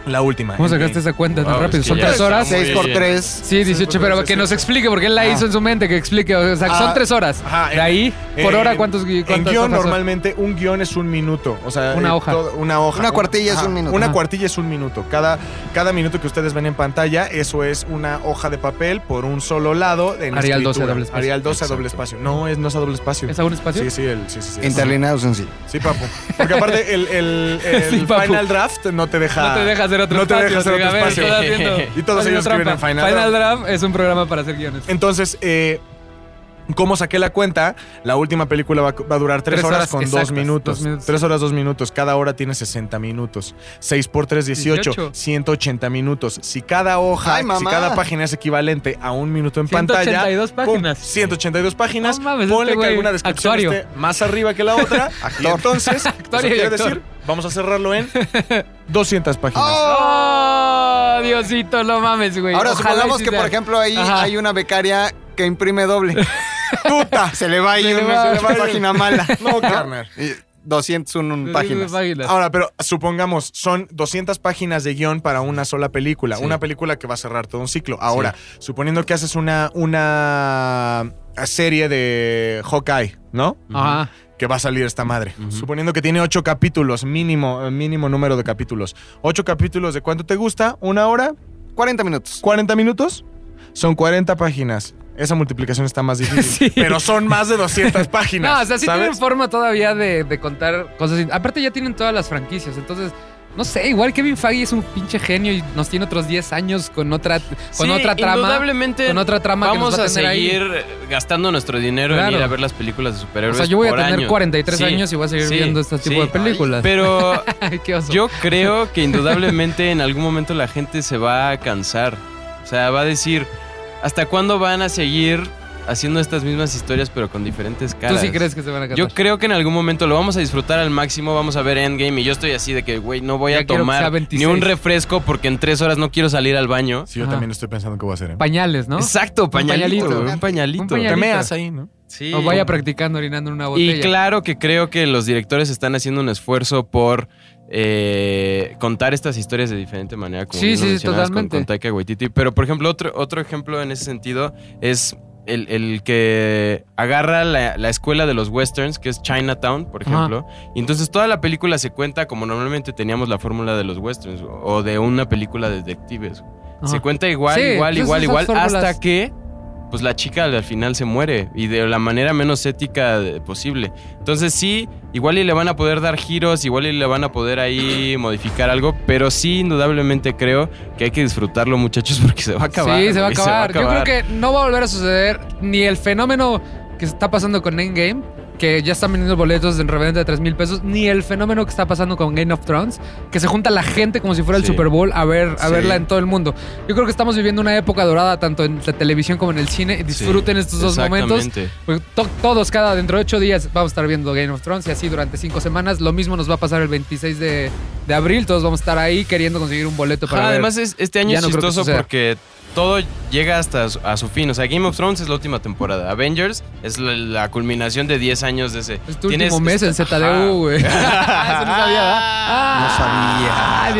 A: La última.
E: ¿Cómo
A: Endgame.
E: sacaste esa cuenta tan
B: Wow,
E: rápido?
B: es que
E: Son
B: ya
E: tres
B: está
E: horas.
B: muy-
C: 6 por 3
E: Sí, 18, pero que nos explique, porque él la
A: Ah.
E: hizo en su mente, que explique. O sea,
A: Ah.
E: son tres horas.
A: Ajá, en-
E: De ahí, por
A: en-
E: hora, ¿cuántos gui-
A: En
E: cuántas
A: guión,
E: hojas son?
A: normalmente, un guión es un minuto. O sea, eh,
E: Una hoja.
A: todo- una hoja.
C: Una cuartilla es un minuto.
A: Una
C: Ajá.
A: cuartilla es un minuto. Cada, cada minuto que ustedes ven en pantalla, eso es una hoja de papel por un solo lado. En
E: Arial 12
A: escritura.
E: doble espacio.
A: Arial 12
B: Exacto.
A: doble espacio. No, es, no es a doble espacio.
E: ¿Es algún espacio?
A: Sí, sí, el, sí, sí, sí.
C: interlineados en sí.
A: Sí, papu. Porque aparte el,
E: <laughs>
A: el- el
E: Sí, papu.
A: Final Draft no te deja.
E: No te deja hacer otro
A: no te
E: espacio.
A: deja hacer otro
E: diga, a ver,
A: espacio.
E: estás
A: <laughs> Y
E: haciendo-
A: todos
E: estás
A: ellos
E: haciendo
A: escriben
E: trampa.
A: en Final
E: Draft es un programa para hacer guiones.
A: Entonces, eh, como saqué la cuenta, la última película va, va a durar tres,
E: Tres
A: horas,
E: horas
A: con dos
E: exactas,
A: minutos.
E: dos minutos.
A: Tres horas, dos minutos. Cada hora tiene 60 minutos. 6 por 3, 18,
E: 18.
A: 180 minutos. Si cada hoja,
C: Ay,
A: si
C: mamá.
A: cada página es equivalente a un minuto en pantalla.
E: 182
A: pum,
E: páginas.
A: 182 páginas.
E: No mames,
A: ponle
E: este
A: que
E: güey,
A: alguna descripción
E: actuario.
A: esté más arriba que la
C: <laughs>
A: otra. y entonces, eso
E: Actuario y
A: quiere
E: <laughs> actor.
A: decir, vamos a cerrarlo
E: <laughs>
A: en 200 páginas.
E: ¡Oh, Diosito, no mames, güey!
C: Ahora
E: Ojalá
C: supongamos
E: y sí
C: que,
E: sea.
C: por ejemplo, ahí
E: Ajá.
C: hay una becaria que imprime doble.
E: <laughs>
A: ¡Puta!
C: Se le va ahí
E: Se le
C: una
E: va.
C: una página
E: <laughs>
C: mala.
A: <laughs> No, carnal.
C: Y 201 páginas.
A: Ahora, pero supongamos, son 200 páginas de guión para una sola película. Una película que va a cerrar todo un ciclo. Ahora, suponiendo que haces una, una serie de Hawkeye, ¿no?
E: Ajá.
A: Que va a salir esta madre. Suponiendo que tiene ocho capítulos, mínimo, eh, mínimo número de capítulos. Ocho capítulos, ¿de cuánto te gusta? ¿Una hora?
C: 40 minutos.
A: ¿40 minutos? Son 40 páginas. Esa multiplicación está más difícil.
E: <laughs> Sí.
A: Pero son más de 200 páginas.
E: <laughs> No, o sea, sí
A: ¿sabes?
E: tienen forma todavía de, de contar cosas. y- Aparte, ya tienen todas las franquicias. Entonces, no sé, igual Kevin Feige es un pinche genio y nos tiene otros 10 años con otra, con
B: Sí,
E: otra trama.
B: indudablemente
E: Con otra trama
B: vamos
E: que nos va
B: a
E: a tener ahí.
B: seguir gastando nuestro dinero en
E: Claro.
B: ir a ver las películas de
E: O
B: superhéroes.
E: sea, yo voy a
B: por
E: tener
B: año.
E: 43
B: Sí,
E: años y voy a seguir
B: sí,
E: viendo este tipo
B: sí.
E: de películas. <laughs>
B: Pero
E: Ay, qué oso.
B: yo creo que indudablemente en algún momento la gente se va a cansar. O sea, va a decir, ¿hasta cuándo van a seguir haciendo estas mismas historias pero con diferentes
E: Tú
B: caras?
E: sí crees que se van a casar.
B: Yo creo que en algún momento lo vamos a disfrutar al máximo, vamos a ver Endgame y yo estoy así de que, güey, no voy
E: Ya
B: a
E: quiero que sea
B: tomar
E: 26.
B: ni un refresco porque en tres horas no quiero salir al baño.
A: Sí, yo
E: Ajá.
A: también estoy pensando que voy a hacer. ¿eh?
E: Pañales, ¿no?
B: Exacto, pañalito,
E: pañalito,
B: güey,
E: ¿no?
B: un pañalito.
E: Un pañalito.
A: Meas ahí, ¿no?
B: Sí.
E: O vaya practicando orinando en una botella.
B: Y claro que creo que los directores están haciendo un esfuerzo por eh, contar estas historias de diferente manera. Como
E: Sí,
B: bien lo
E: sí,
B: mencionabas
E: totalmente.
B: Con, con Taika Waititi. Pero, por ejemplo, otro, otro ejemplo en ese sentido es el, el que agarra la, la escuela de los westerns, que es Chinatown, por
E: Ajá.
B: ejemplo. Y entonces toda la película se cuenta como normalmente teníamos la fórmula de los westerns o de una película de detectives.
E: Ajá.
B: Se cuenta igual,
E: Sí,
B: igual,
E: pues
B: igual,
E: esas
B: igual,
E: fórmulas.
B: hasta que pues la chica al al final se muere y de la manera menos ética de- posible. Entonces sí, igual y le van a poder dar giros, igual y le van a poder ahí <clears throat> modificar algo, pero sí indudablemente creo que hay que disfrutarlo muchachos <laughs> porque se va a acabar.
E: sí, se va, a
B: güey,
E: acabar. Yo creo que no va a volver a suceder ni el fenómeno que está pasando con Endgame, que ya están vendiendo boletos en reventa de 3 mil pesos, ni el fenómeno que está pasando con Game of Thrones, que se junta la gente como si fuera el
B: Sí.
E: Super Bowl a, ver, a
B: Sí.
E: verla en todo el mundo. Yo creo que estamos viviendo una época dorada tanto en la televisión como en el cine. Disfruten estos dos momentos.
B: Exactamente.
E: Porque Pues, to- todos, cada dentro de ocho días, vamos a estar viendo Game of Thrones y así durante cinco semanas. Lo mismo nos va a pasar el 26 de, de abril. Todos vamos a estar ahí queriendo conseguir un boleto para
B: Ajá,
E: ver.
B: además, es- este año
E: Ya
B: es
E: no creo que
B: chistoso
E: suceda.
B: porque todo llega hasta su- a su fin. O sea, Game of Thrones es la última temporada. Avengers es la, la culminación de 10 años de ese.
E: Es tu
B: Tienes- este,
E: Este último mes en
B: está- <laughs>
E: ZDU, güey. <laughs> Eso no
B: Ajá.
E: sabía, ¿verdad?
B: Ah.
C: No sabía.
E: Ah, Ay,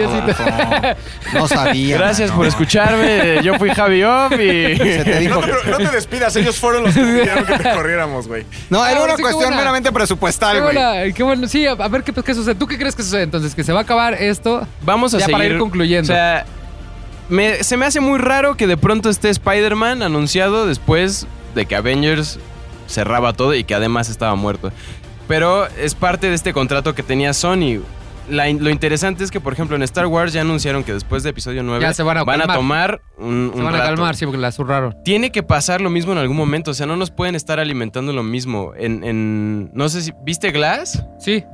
E: Diosito.
C: No, no sabía.
B: Gracias
C: No.
B: por
E: <laughs>
B: escucharme. Yo fui Javi Op
C: Se
B: y.
C: te
A: No
C: dijo
A: te,
C: que-
A: pero no te despidas, ellos fueron
E: <laughs>
A: los que pidieron que te corriéramos, güey.
C: No,
E: Ah,
C: era una
E: sí, qué
C: cuestión
E: buena.
C: meramente
E: Qué
C: presupuestal, güey.
E: bueno, qué bueno. Sí, a, a ver qué, qué sucede. ¿Tú qué crees que sucede entonces? ¿Que se va a acabar esto?
B: Vamos a
E: Ya
B: seguir.
E: para ir concluyendo.
B: O sea, me- se me hace muy raro que de pronto esté Spider-Man anunciado después de que Avengers cerraba todo y que además estaba muerto. Pero es parte de este contrato que tenía Sony. La in- lo interesante es que, por ejemplo, en Star Wars ya anunciaron que después de episodio 9
E: Ya se van a calmar.
B: tomar un,
E: se
B: un
E: van a
B: rato.
E: calmar, sí, porque la zurraron.
B: Tiene que pasar lo mismo en algún momento. O sea, no nos pueden estar alimentando lo mismo. En, en- no sé si. ¿Viste Glass?
E: Sí.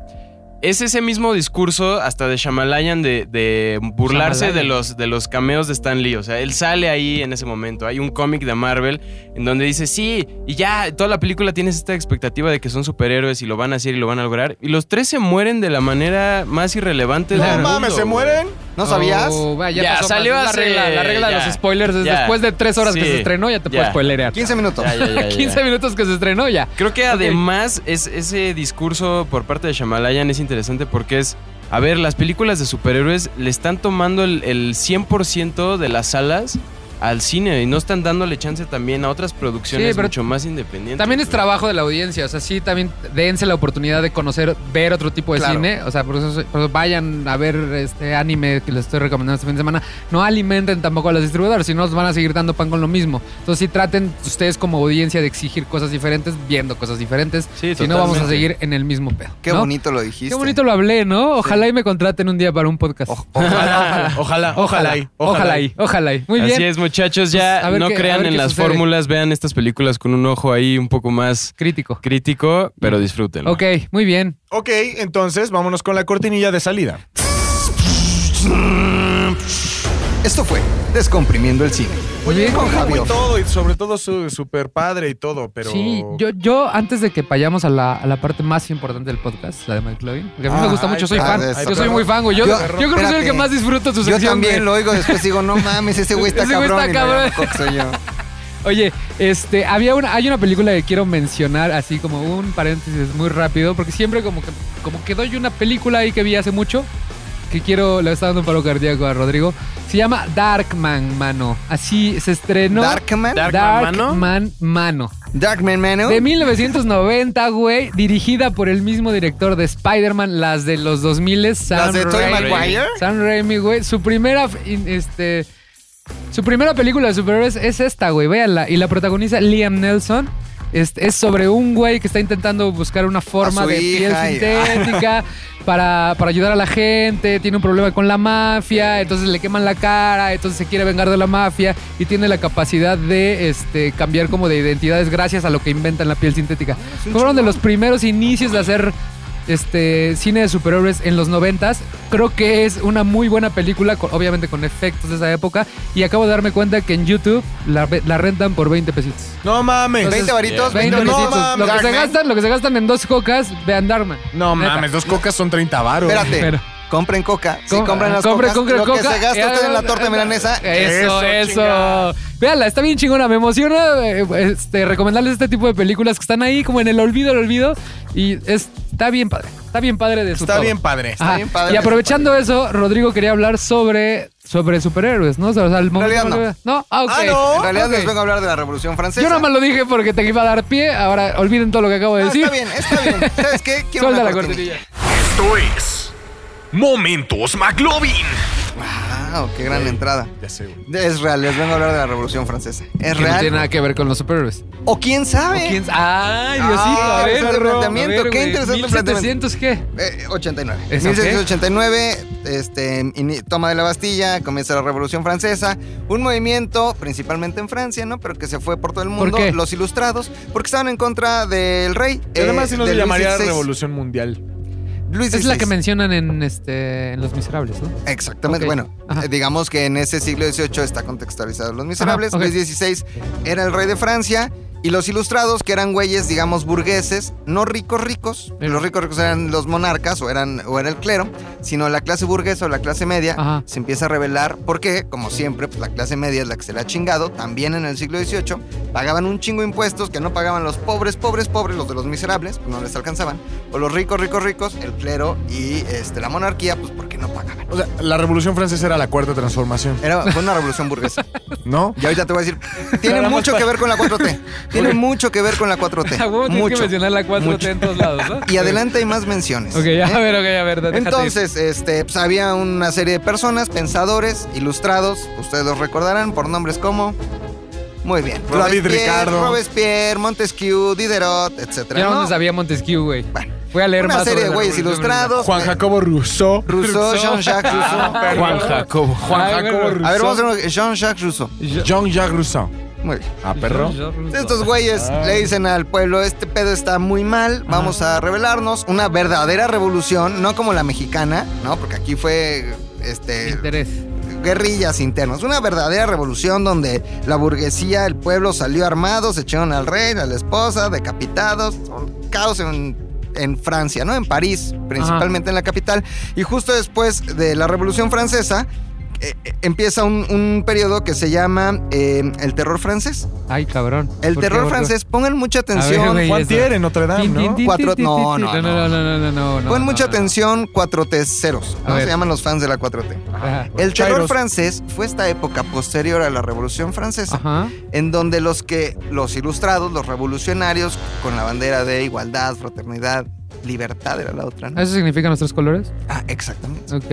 B: Es ese mismo discurso hasta de Shamalayan de, de burlarse
E: Shyamalan.
B: de los, de los cameos de Stan Lee. O sea, él sale ahí en ese momento. Hay un cómic de Marvel en donde dice, sí, y ya, toda la película tienes esta expectativa de que son superhéroes y lo van a hacer y lo van a lograr. Y los tres se mueren de la manera más irrelevante
A: No
B: del mundo,
A: mames, ¿se
B: güey.
A: mueren?
C: ¿No sabías?
E: Oh, vaya,
B: Ya,
E: pasó,
B: salió
E: pasó. Es
B: hace-
E: La regla, la regla de
B: ya,
E: los spoilers es
B: ya.
E: después de tres horas que
B: Sí,
E: se estrenó ya te puedes
B: ya.
E: spoilear. <laughs>
C: 15 minutos.
B: Ya, ya, ya, ya, ya.
E: 15 minutos que se estrenó ya.
B: Creo que además es, ese discurso por parte de Shamalayan es interesante porque es, a ver, las películas de superhéroes le están tomando el, el 100% de las salas al cine y no están dándole chance también a otras producciones
E: Sí, pero
B: mucho más independientes.
E: También es
B: güey.
E: trabajo de la audiencia, o sea, sí, también dense la oportunidad de conocer, ver otro tipo de
C: Claro.
E: cine, o sea, por eso, por eso vayan a ver este anime que les estoy recomendando este fin de semana, no alimenten tampoco a los distribuidores, si no os van a seguir dando pan con lo mismo, entonces sí traten ustedes como audiencia de exigir cosas diferentes, viendo cosas diferentes,
B: Sí,
E: si no vamos a
B: totalmente.
E: seguir en el mismo pedo.
C: Qué
E: ¿no?
C: bonito lo dijiste.
E: Qué bonito lo hablé, ¿no? Ojalá y me contraten un día para un podcast.
A: Ojalá, ojalá, ojalá. y-
E: ojalá y, ojalá y. Muy bien.
B: Así es, muchachos,
E: Pues, a
B: ya
E: ver
B: no
E: qué- a
B: crean
E: ver
B: en
E: qué
B: las
E: sucede.
B: fórmulas, vean estas películas con un ojo ahí un poco más
E: Crítico.
B: crítico, pero disfrútenlo.
E: Mm. Ok, muy bien.
A: Ok, entonces vámonos con la cortinilla de salida.
C: Esto fue Descomprimiendo el Cine.
E: Muy bien.
C: Con Javi
A: Y
C: Off.
A: todo, y sobre todo su super padre y todo, pero.
E: Sí, yo, yo antes de que vayamos a la, a la parte más importante del podcast, la de McLovin, porque a mí me
A: Ah,
E: gusta
A: ay,
E: mucho, soy
C: perdón, ay,
E: fan. yo soy
C: perdón.
E: muy fan, güey. Yo,
C: Yo-
E: yo creo que soy el
C: espérate.
E: que más disfruto tu
C: Yo
E: sección.
C: también
E: güey.
C: lo oigo, después digo, no mames, ese güey está
E: <laughs> Ese güey
C: cabrón.
E: está
C: y no,
E: cabrón.
C: ya me acuerdo que soy yo.
E: Oye, este, había una, hay una película que quiero mencionar así como un paréntesis muy rápido, porque siempre como que, como que doy una película ahí que vi hace mucho, que quiero, le está dando un paro cardíaco a Rodrigo. Se llama Darkman, mano. Así se estrenó.
C: Darkman.
B: Dark- ¿Darkman, mano?
E: Darkman, mano.
C: Darkman Manu.
E: De 1990, güey, dirigida por el mismo director de Spider-Man, las de los 2000, Sam
C: Las de Tobey
E: Raimi.
C: Maguire.
E: Sam Raimi, güey, su primera in- este su primera película de superhéroes es esta, güey, véanla y la protagoniza Liam Nelson. Este, es sobre un güey que está intentando buscar una forma
C: su
E: de piel
C: hija y- <laughs>
E: sintética para, para ayudar a la gente, tiene un problema con la mafia, entonces le queman la cara, entonces se quiere vengar de la mafia y tiene la capacidad de este, cambiar como de identidades gracias a lo que inventan la piel sintética.
A: Ah,
E: Fueron de los primeros inicios de hacer este cine de superhéroes en los noventas. Creo que es una muy buena película, con- obviamente con efectos de esa época. Y acabo de darme cuenta que en YouTube la, ve- la rentan por 20 pesitos.
A: No mames.
E: Entonces,
C: 20 varitos,
B: Yeah.
E: 20
C: 20
A: No
E: pesitos.
C: varitos.
A: mames,
E: lo, que se
C: Darkman.
E: gastan, lo que se gastan en dos cocas, vean Darman.
A: no
E: Neta.
A: mames, dos cocas son 30 varos.
C: Espérate,
E: Pero-
C: compren coca. Si
E: Com-
C: compran las
E: compre-
C: cocas,
E: compre
C: lo que
E: coca, eh,
C: se gasta
E: y
C: usted en la
E: además-
C: torta milanesa.
E: eh,
A: Eso,
E: Eso, eso.
A: chingada.
E: Veanla, está bien chingona. Me emociona eh, este, recomendarles este tipo de películas que están ahí como en el olvido, el olvido. Y es- está bien padre. Está bien padre de su
A: Está
E: todo. Ah,
A: bien padre.
E: Ajá.
C: bien padre
E: Y
C: de
E: aprovechando eso, Rodrigo quería hablar sobre, sobre superhéroes, ¿no? O sea, el
C: realidad
E: momento- no. Ah, ok.
A: Ah, no.
C: En realidad
E: Ok.
C: les vengo a hablar de la Revolución Francesa.
E: Yo nada más lo dije porque te iba a dar pie. Ahora olviden todo lo que acabo de
C: Ah,
E: decir.
C: Está bien, está bien. ¿Sabes qué? Quiero
E: Suelta
C: una
E: la cortinilla.
H: Esto es Momentos McLovin.
C: Ah, Wow, qué
E: Eh,
C: gran entrada.
A: Ya sé, güey.
C: Es real, les vengo a hablar de la Revolución Francesa. Es
E: Que no
C: real.
E: tiene nada que ver con los superhéroes.
C: O quién sabe.
E: ¿O quién- ¡Ay,
C: Ah,
E: Diosito! a ver,
C: interesante
E: perro.
C: planteamiento,
E: A ver,
C: qué
E: güey,
C: interesante
E: 1700 qué?
C: Eh, 89.
E: ¿Esa
C: 1789, este, ini- toma de la Bastilla, comienza la Revolución Francesa, un movimiento principalmente en Francia, ¿no? Pero que se fue por todo el
E: ¿Por
C: mundo,
E: qué?
C: los ilustrados, porque estaban en contra del rey.
A: Y además, si no se
C: Eh, del Luis
A: llamaría
C: XVI.
A: Revolución Mundial.
C: Luis
E: Es la que
C: XVI.
E: mencionan en, este, en Los Miserables, ¿no?
C: Exactamente,
E: Ok.
C: bueno,
E: Ajá.
C: eh, digamos que en ese siglo XVIII está contextualizado Los Miserables,
E: Ajá, ok.
C: Luis XVI era el rey de Francia y los ilustrados, que eran güeyes, digamos, burgueses, no ricos ricos,
E: Sí.
C: los ricos ricos eran los monarcas o, eran, o era el clero, sino la clase burguesa o la clase media
E: Ajá.
C: se empieza a rebelar porque, como siempre, pues, la clase media es la que se la ha chingado, también en el siglo XVIII pagaban un chingo de impuestos que no pagaban los pobres, pobres, pobres, los de los miserables, pues, no les alcanzaban, o los ricos, ricos, ricos, el clero y este, la monarquía, pues porque no pagaban.
A: O sea, la Revolución Francesa era la cuarta transformación,
C: Era, fue una revolución burguesa.
A: ¿no?
C: Y ahorita te
E: <laughs>
C: voy a decir, tiene mucho que ver con la 4T. Tiene mucho que ver con la 4T.
E: <laughs> A huevo tienes que
C: mucho.
E: mencionar la 4T en todos lados, ¿no?
C: <laughs> Y adelante hay más menciones.
E: Ok, ya, a ver, ok, a ver, déjate ir.
C: Entonces, este, pues, había una serie de personas, pensadores, ilustrados, ustedes los recordarán por nombres como... Muy bien.
A: David
C: Robespierre,
A: Ricardo.
C: Robespierre, Montesquieu, Diderot, etc.
E: Yo no sabía Montesquieu, güey. Voy a leer
C: Una
E: más
C: serie
E: sobre
C: de
E: la
C: güeyes
E: Revolución
C: ilustrados. eh,
A: Juan Jacobo Rousseau.
C: Rousseau, Jean-Jacques Rousseau.
B: Juan Jacobo.
A: Juan
E: Ay,
A: Jacobo
E: bueno.
A: Rousseau.
C: A ver, vamos a ver Jean-Jacques Rousseau.
A: Jean-Jacques Rousseau.
C: Muy bien.
A: Ah, perro.
E: Francesa.
C: Estos güeyes le dicen al pueblo, este pedo está muy mal, vamos a rebelarnos. Una verdadera revolución, no como la mexicana, ¿no? Porque aquí fue este,
E: Interés.
C: guerrillas internas. Una verdadera revolución donde la burguesía, el pueblo salió armado, se echaron al rey, a la esposa, decapitados. Un caos en, en Francia, ¿no? En París, principalmente en la capital. Y justo después de la Revolución Francesa... eh, eh, empieza un, un periodo que se llama eh, el terror francés.
E: Ay, cabrón.
C: El
E: ¿Por qué,
C: terror
E: por qué?
C: francés, pongan mucha
E: A ver,
C: atención.
E: güey,
A: Juan
E: eso.
A: Thier en Notre Dame,
E: Tin, tin,
A: ¿no?
E: tin,
C: Cuatro-
E: tin, tin,
C: no,
E: tin,
C: no,
E: tin.
C: no.
E: No, no, no, no, no.
C: Pon
E: no,
C: mucha
E: no, no.
C: atención, 4T ceros.
E: A
C: ¿no? Se
E: ver.
C: llaman los fans de la 4T.
E: Ajá.
C: El terror
A: Chairos.
C: francés fue esta época posterior a la Revolución Francesa,
E: Ajá.
C: en donde los que, los ilustrados, los revolucionarios, con la bandera de igualdad, fraternidad, libertad era la otra, ¿no?
E: ¿Eso significa nuestros colores?
C: Ah, exactamente.
E: Ok.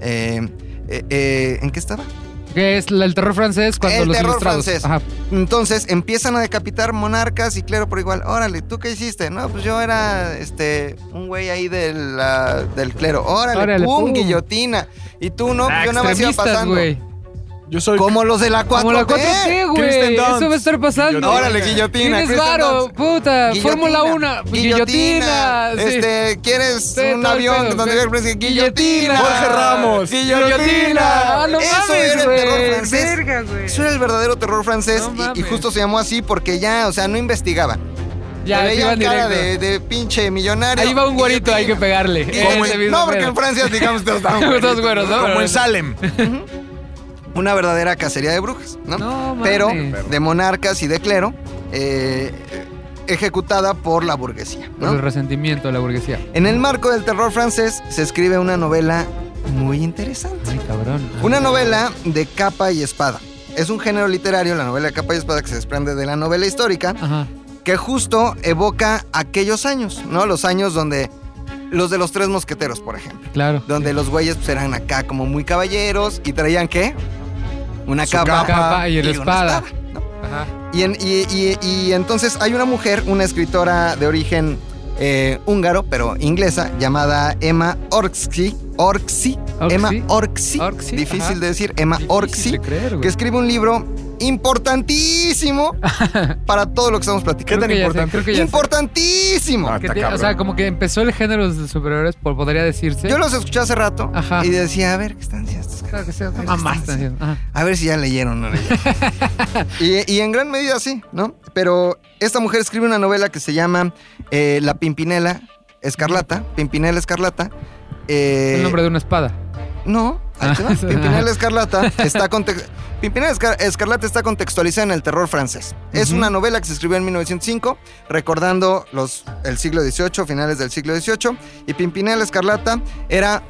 C: Eh, eh, eh, ¿En qué estaba?
E: ¿Qué es la- el terror francés cuando
C: El
E: los
C: terror
E: ilustrados?
C: francés.
E: Ajá.
C: Entonces empiezan a decapitar monarcas y clero por igual. Órale, ¿tú qué hiciste? No, pues yo era este un güey ahí de la- del clero. Órale,
E: Órale,
C: pum,
E: pum.
C: guillotina. Y tú no, pues
E: Ah,
C: yo nada más iba
E: extremistas,
C: pasando.
E: güey.
A: Yo soy.
C: Como los de la 4T.
E: Como la 4T,
A: Kristen
E: güey.
A: Dunst.
E: Eso va a estar pasando.
C: Órale, guillotina.
E: Tienes
C: Kristen
E: varo,
C: Dunst.
E: puta.
C: Guillotina,
E: Fórmula 1. Guillotina. sí.
C: Este, ¿quieres
E: Sí,
C: un
E: todo el
C: avión
E: pedo,
C: donde
E: sí.
C: diga el presidente? Guillotina.
E: Guillotina. Jorge
A: Ramos.
C: Guillotina.
E: Ah, no
C: Eso
E: mames,
C: era el
E: güey.
C: terror francés.
E: Verga, güey.
C: Eso era el verdadero terror francés
E: No
C: y- y,
E: mames.
C: justo se llamó así porque ya, o sea, no investigaban.
E: Ya,
C: Te
E: ahí
C: veían
E: iban
C: cara de,
E: directo.
C: de pinche millonario.
E: Ahí va un güerito, hay que
C: Guillotina.
E: pegarle.
C: Como
E: Ese
C: en-
E: mismo
C: no, porque
E: pedo.
C: en Francia,
E: <laughs>
C: digamos, todos estaban güeritos.
E: Todos güeros, ¿no?
A: Como en Salem.
C: Una verdadera cacería de brujas, ¿no?
E: No, mames.
C: Pero de monarcas y de clero, eh, ejecutada por la burguesía,
E: Por el
C: ¿no?
E: resentimiento de la burguesía.
C: En el marco del terror francés se escribe una novela muy interesante.
E: Ay, cabrón.
C: Una novela de capa y espada. Es un género literario, la novela de capa y espada, que se desprende de la novela histórica,
E: Ajá.
C: que justo evoca aquellos años, ¿no? Los años donde los de los tres mosqueteros, por ejemplo.
E: Claro.
C: donde los güeyes pues, eran acá como muy caballeros y traían qué? Una
A: Su
C: capa,
E: capa y la
C: una
E: espada.
C: ¿no?
E: Ajá.
C: Y, en- y- y- y entonces hay una mujer, una escritora de origen eh, húngaro, pero inglesa, llamada Emma Orksi. Orksi.
E: Orczy.
C: Emma Orksi.
E: Orczy,
C: Difícil
E: ajá.
C: de decir, Emma
E: Difícil
C: Orksi.
E: de creer, güey.
C: Que escribe un libro
E: <laughs>
C: importantísimo para todo lo que estamos
E: Creo
C: platicando.
E: que ya sé, creo que ya sé.
C: importantísimo.
A: Ah,
E: Que
A: está
E: te- o sea,
A: cabrón.
E: como que empezó el género de superhéroes, por- podría decirse.
C: Yo los escuché hace rato
E: Ajá.
C: y decía, a ver, ¿qué están haciendo estos
E: Claro que sea,
C: Ay,
E: mamá,
C: está-
E: está diciendo. Ajá.
C: A ver si ya leyeron o no leyeron.
E: <laughs>
C: y, y en gran medida sí, ¿no? Pero esta mujer escribe una novela que se llama eh, La Pimpinela Escarlata. Pimpinela Escarlata. Eh,
E: El nombre de una espada.
C: No, ahí te va.
E: <laughs> Ah.
C: Pimpinela Escarlata está contex- Pimpinela Escar- Escarlata está contextualizada en el terror francés. Es
E: Ujú.
C: una novela que se escribió en 1905, recordando los, el siglo XVIII, finales del siglo XVIII. Y Pimpinela Escarlata era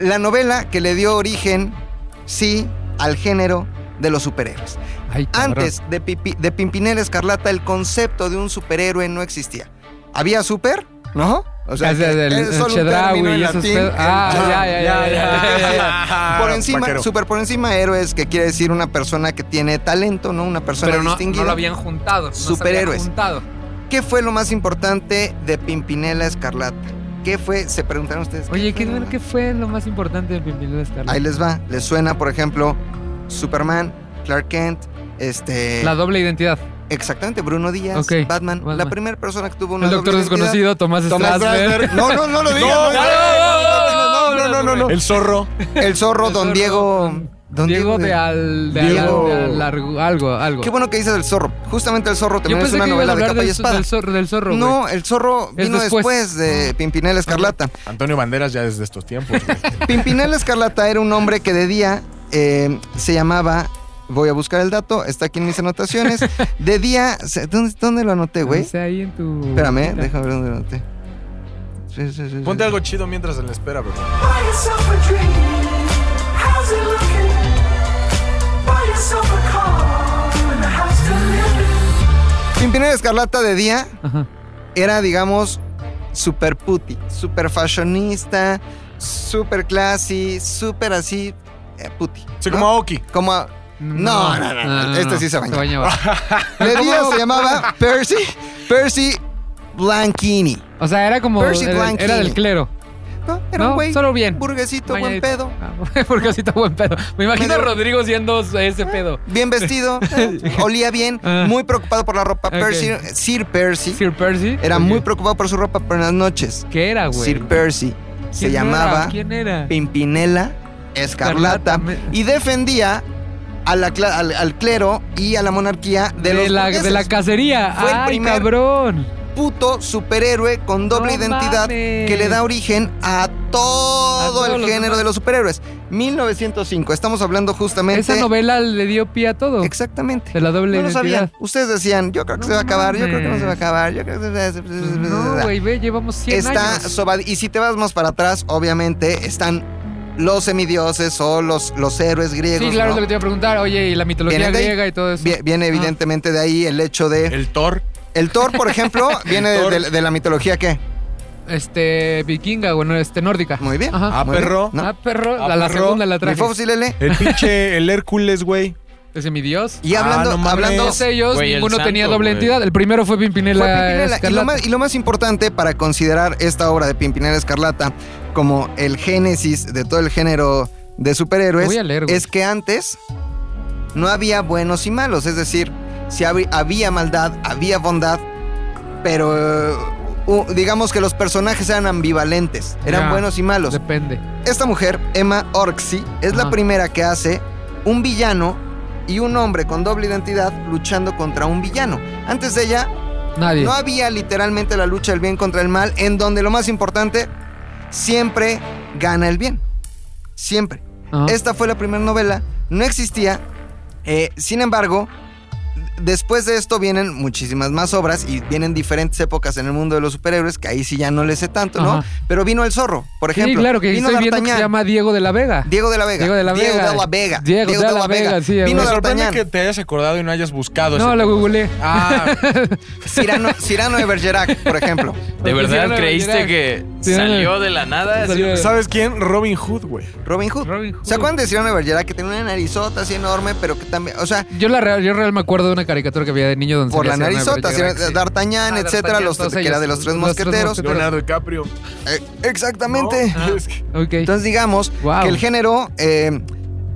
C: la novela que le dio origen, sí, al género de los superhéroes.
E: Ay, cabrón.
C: Antes de, Pipi- de Pimpinela Escarlata, el concepto de un superhéroe no existía. Había super, ¿no? O sea,
E: Ah,
C: que
E: del-
C: es
E: el
C: solo un
E: Chedraui
C: término en
E: y esos
C: latín.
E: pedos. Ah,
C: Ajá.
E: ya, ya, ya, ya, ya, ya.
A: <laughs>
C: Por encima,
A: Vaquero.
C: super por encima héroes, que quiere decir una persona que tiene talento, ¿no? Una persona
E: Pero no,
C: distinguida.
E: no lo habían juntado. no se habían
C: Superhéroes.
E: juntado.
C: ¿Qué fue lo más importante de Pimpinela Escarlata? ¿Qué fue? Se preguntaron ustedes. fue
E: Oye, ¿qué,
C: lo
E: bueno,
C: más-
E: ¿qué fue lo más importante de Pimpinela Escarlata?
C: Ahí les va. Les suena, por ejemplo, Superman, Clark Kent, este.
E: La doble identidad.
C: Exactamente, Bruno Díaz,
E: Ok,
C: Batman, La
E: Batman.
C: primera persona que tuvo una.
E: El doctor
C: doble identidad.
E: desconocido, Tomás
C: Tomás
E: Strasberg. <laughs>
C: Strasberg. No, no, no lo digas.
A: <laughs> No,
C: no, no, no, no, no, no, no, no.
A: El zorro.
C: <laughs> El zorro,
E: El
C: don
E: zorro,
C: Diego. Don
E: Diego de al... De al-
A: Diego.
E: de al- algo, algo, algo.
C: Qué bueno que dices del zorro. Justamente el zorro
E: Yo
C: también es
E: pensé
C: una
E: que iban a
C: novela de
E: hablar
C: capa y
E: del,
C: espada.
E: del zorro, del zorro, güey.
C: No, el zorro
E: Es
C: vino después.
E: después.
C: de Pimpinela Escarlata.
A: Antonio Banderas ya desde estos <laughs> tiempos. güey.
C: Pimpinela Escarlata era un hombre que de día eh, se llamaba. Voy a buscar el dato, está aquí en mis anotaciones. De día. se- ¿Dónde, dónde lo anoté, güey?
E: Está ahí en tu...
C: Espérame, eh,
E: Mira.
C: déjame ver dónde lo anoté. Sí, sí, sí, sí.
A: Ponte algo chido mientras en la espera, bro.
H: Buy yourself a drink. How's it looking? Buy yourself a car and a house to live in.
C: Pimpinela Escarlata de día
E: Ajá.
C: era, digamos, super puti, super fashionista, super classy, super así, eh, puti.
A: Sí,
C: ¿no?
A: como Aoki.
C: Como a- No, no, no, no,
E: Ah,
C: este sí se bañó. De día
A: <laughs>
C: se llamaba Percy, Percy Blanchini.
E: O sea, era como...
C: Percy
E: era,
C: Blanchini.
E: era del clero.
C: No, era un
E: No,
C: güey
E: solo bien.
C: burguesito, buen
E: Bañadito.
C: pedo.
E: Ah, <laughs> Porque así está buen pedo. Me imagino
C: Medio- Eh.
E: a Rodrigo siendo ese pedo.
C: Bien
E: <laughs>
C: vestido, eh, olía bien,
E: Ah.
C: muy preocupado por la ropa.
E: Ok.
C: Percy, Sir Percy
E: Sir Percy.
C: era
E: Ok.
C: muy preocupado por su ropa, pero en las noches,
E: ¿Qué era, güey?
C: Sir Percy se
E: ¿Quién era?
C: llamaba
E: ¿Quién era?
C: Pimpinela Escarlata
E: Escarlata.
C: y defendía a la cla- al, al clero y a la monarquía de,
E: De,
C: los
E: la,
C: burgueses.
E: de la cacería.
C: Fue el
E: Ay,
C: primer-
E: cabrón.
C: puto superhéroe con doble
E: No
C: identidad
E: mames.
C: que le da origen a
E: A
C: todo
E: todos
C: el
E: los
C: género
E: demás.
C: de los superhéroes. 1905, estamos hablando justamente
E: Esa novela le dio pie a todo.
C: Exactamente.
E: De la doble
C: No lo sabían.
E: identidad.
C: Ustedes decían, yo creo que
E: No
C: se va a acabar, yo creo que no se va a
E: mames.
C: acabar, yo creo que se-
E: Pues no, güey, ve, llevamos 100
C: está
E: años.
C: sobad- Y si te vas más para atrás, obviamente están los semidioses o los, los héroes griegos.
E: Sí,
C: ¿no?
E: claro, Ah. es lo que te iba a preguntar. Oye, y la mitología
C: Vienen de ahí.
E: griega y todo eso.
C: Vie- Viene evidentemente de ahí el hecho de...
A: El Thor.
C: El Thor,
A: <laughs>
C: por ejemplo, viene de, de- de la mitología ¿qué?
E: Este, vikinga, bueno, este, nórdica.
C: Muy bien.
E: Ajá.
A: Ah,
C: Muy bien,
A: perro.
C: ¿no?
E: Ah, perro,
A: Ah,
E: la, la
A: perro.
E: segunda la
C: Mi
E: traje.
C: Fofo Silele.
A: El pinche, el Hércules, güey.
E: Ese mi dios.
C: Y
A: Ah,
C: hablando,
A: no mames.
C: hablando
E: Todos ellos,
B: Güey, el
E: ninguno
B: santo,
E: tenía doble
B: güey.
E: entidad. El primero fue Pimpinela,
C: Fue Pimpinela. Y lo,
E: Escarlata.
C: más, y lo más importante para considerar esta obra de Pimpinela Escarlata como el génesis de todo el género de superhéroes
E: Lo voy a leer, güey.
C: es que antes no había buenos y malos. Es decir, si había, había maldad, había bondad, pero eh, u- digamos que los personajes eran ambivalentes, eran
E: Ya.
C: buenos y malos.
E: Depende.
C: Esta mujer, Emma Orxy, es la
E: Ajá.
C: primera que hace un villano y un hombre con doble identidad luchando contra un villano. Antes de ella,
E: Nadie.
C: no había literalmente la lucha del bien contra el mal, en donde lo más importante, siempre gana el bien. Siempre.
E: Ajá.
C: Esta fue la primera novela, no existía. eh, sin embargo, después de esto vienen muchísimas más obras y vienen diferentes épocas en el mundo de los superhéroes, que ahí sí ya no le sé tanto, ¿no?
E: Ajá.
C: Pero vino el zorro, por ejemplo.
E: sí, claro, que
C: vino
E: estoy viendo que se
C: D'Artagnan.
E: llama Diego de la Vega.
C: Diego de la Vega.
E: Diego de la Vega.
C: de la Vega.
E: Diego de la Vega, sí, a
C: <laughs> Vino
A: Me
E: huevo.
A: sorprende
C: D'Artagnan.
A: que te hayas acordado y no hayas buscado
E: No,
A: ese
E: lo
A: tema.
E: googleé.
A: Ah,
C: <laughs> Cyrano, Cyrano de Bergerac, por
E: <laughs>
C: ejemplo.
B: ¿De
E: Porque si no,
B: verdad
E: no,
B: creíste
E: mira,
B: que
E: si no, no.
B: salió de la nada?
E: Salió de-
A: ¿sabes quién? Robin Hood, güey.
C: Robin Hood.
E: Robin Hood.
C: ¿Se acuerdan de Cyrano de Bergerac? Que tenía una narizota así enorme, pero que también... O sea,
E: Yo, la real, yo real me acuerdo de una caricatura que había de niño donde
C: por la
E: salía Cyrano de
C: narizota.
E: Bergerac,
C: Cyrano-
E: sí.
C: D'Artagnan,
E: Ah,
C: etcétera,
E: D'Artagnan,
C: los,
E: todos
C: que era
E: ellos.
C: de los tres
E: Los tres
C: mosqueteros.
E: mosqueteros. ah,
A: Leonardo DiCaprio.
C: Eh, exactamente. <laughs>
A: ¿No? ah.
E: Ok.
C: Entonces digamos
E: Wow.
C: que el género eh,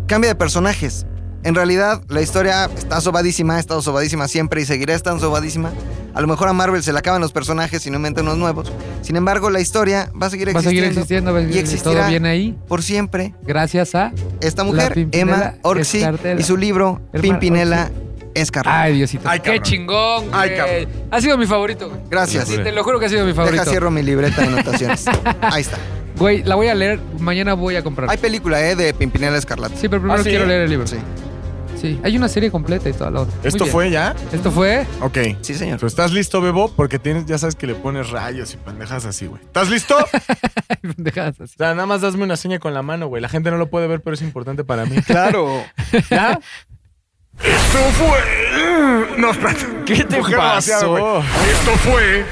C: cambia de personajes. En realidad, la historia está sobadísima, ha estado sobadísima siempre y seguirá estando sobadísima. A lo mejor a Marvel se le acaban los personajes y no inventan unos nuevos. Sin embargo, la historia va a seguir
E: va a seguir
C: existiendo,
E: existiendo. va a seguir-
C: y existirá
E: Todo bien ahí.
C: por siempre.
E: Gracias a...
C: Esta
E: La
C: mujer,
E: Pimpinela
C: Emma Orxy,
E: Escartela.
C: y su libro
E: Hermana
C: Pimpinela Escarlata.
E: Ay, Diosito.
A: Ay,
E: qué
A: cabrón.
E: chingón,
A: Ay,
E: güey.
A: cabrón.
E: Ha sido mi favorito, güey.
C: Gracias.
E: Sí, te lo juro que ha sido mi
C: Deja
E: favorito.
C: cierro mi libreta de
E: <laughs>
C: anotaciones. Ahí está.
E: Güey, la voy a leer. Mañana voy a comprar.
C: Hay película, ¿eh? De Pimpinela Escarlata.
E: Sí, pero primero
A: ¿Ah, sí?
E: quiero leer el libro.
C: Sí.
E: Sí, hay una serie completa y toda la otra. Muy
A: ¿Esto
E: bien.
A: fue ya?
E: Esto fue. <laughs>
A: Ok.
C: Sí, señor.
A: ¿Tú
E: Pues,
A: estás listo, Bebo? Porque tienes, ya sabes que le pones rayos y pendejas así, güey. ¿Estás listo? <laughs> O
E: Pendejadas así.
A: sea, nada más dasme una seña con la mano, güey. La gente no lo puede ver, pero es importante para <laughs> mí.
C: Claro.
E: <laughs>
A: ¿Ya?
I: Esto fue. No, espérate.
B: ¿Qué te
A: Mujer demasiado,
B: pasó?
A: güey.
I: Esto fue.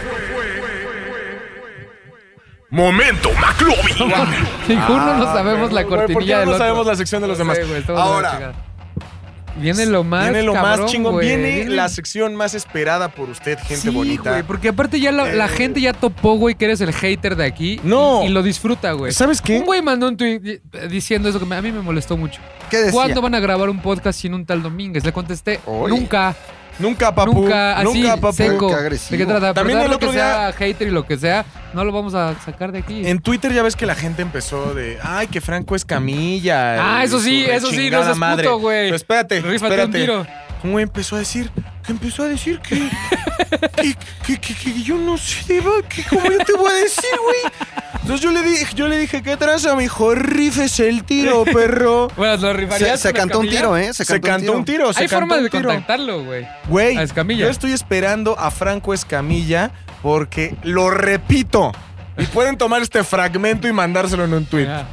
I: Momento, McLovin.
E: Ninguno no sabemos la
A: Ah, Güey, ¿Por qué
E: cortinilla
A: no
E: del otro.
A: sabemos la sección de los demás?
E: Sí, güey, estamos de la
A: Ahora,
E: chingada. Viene lo más
A: viene lo
E: cabrón,
A: más chingón.
E: güey.
A: Viene la sección más esperada por usted, gente
E: Sí,
A: bonita.
E: güey, porque aparte ya la,
C: Eh.
E: la gente ya topó, güey, que eres el hater de aquí.
A: No.
E: Y, y lo disfruta, güey.
A: ¿Sabes qué?
E: Un güey mandó un tweet di- diciendo eso que me- a mí me molestó mucho.
C: ¿Qué decía?
E: ¿Cuándo van a grabar un podcast sin un tal Domínguez? Le contesté,
C: Oye.
E: nunca,
A: Nunca, papu.
E: nunca, así,
A: papu.
E: seco.
C: Qué
E: ¿De
C: agresivo.
E: qué
A: También
E: trata? También
A: el otro
E: lo que
A: día-
E: sea hater y lo que sea, no lo vamos a sacar de aquí.
A: En Twitter ya ves que la gente empezó de, ay, que Franco es camilla.
E: Ah, eso sí, eso sí, no seas puto, güey.
A: Pero espérate,
E: Rífate un
A: espérate.
E: tiro.
A: Un güey empezó a decir, que empezó a decir que, que, que, que- que yo no sé, Deba, que cómo yo te voy a decir, güey. Entonces yo le dije, yo le dije, ¿qué traza, mijo? Rifes el tiro, perro.
E: Bueno, lo rifarías
C: Se, se
E: con
C: cantó un
E: Escamilla?
C: tiro, ¿eh? Se
A: Se
C: cantó,
A: cantó un tiro, se
E: Hay
A: cantó
E: forma
A: un
E: de
A: tiro.
E: contactarlo, güey.
A: Güey,
E: A Escamilla.
A: yo estoy esperando a Franco Escamilla porque lo repito. Y pueden tomar este fragmento y mandárselo en un tweet.
E: Ya.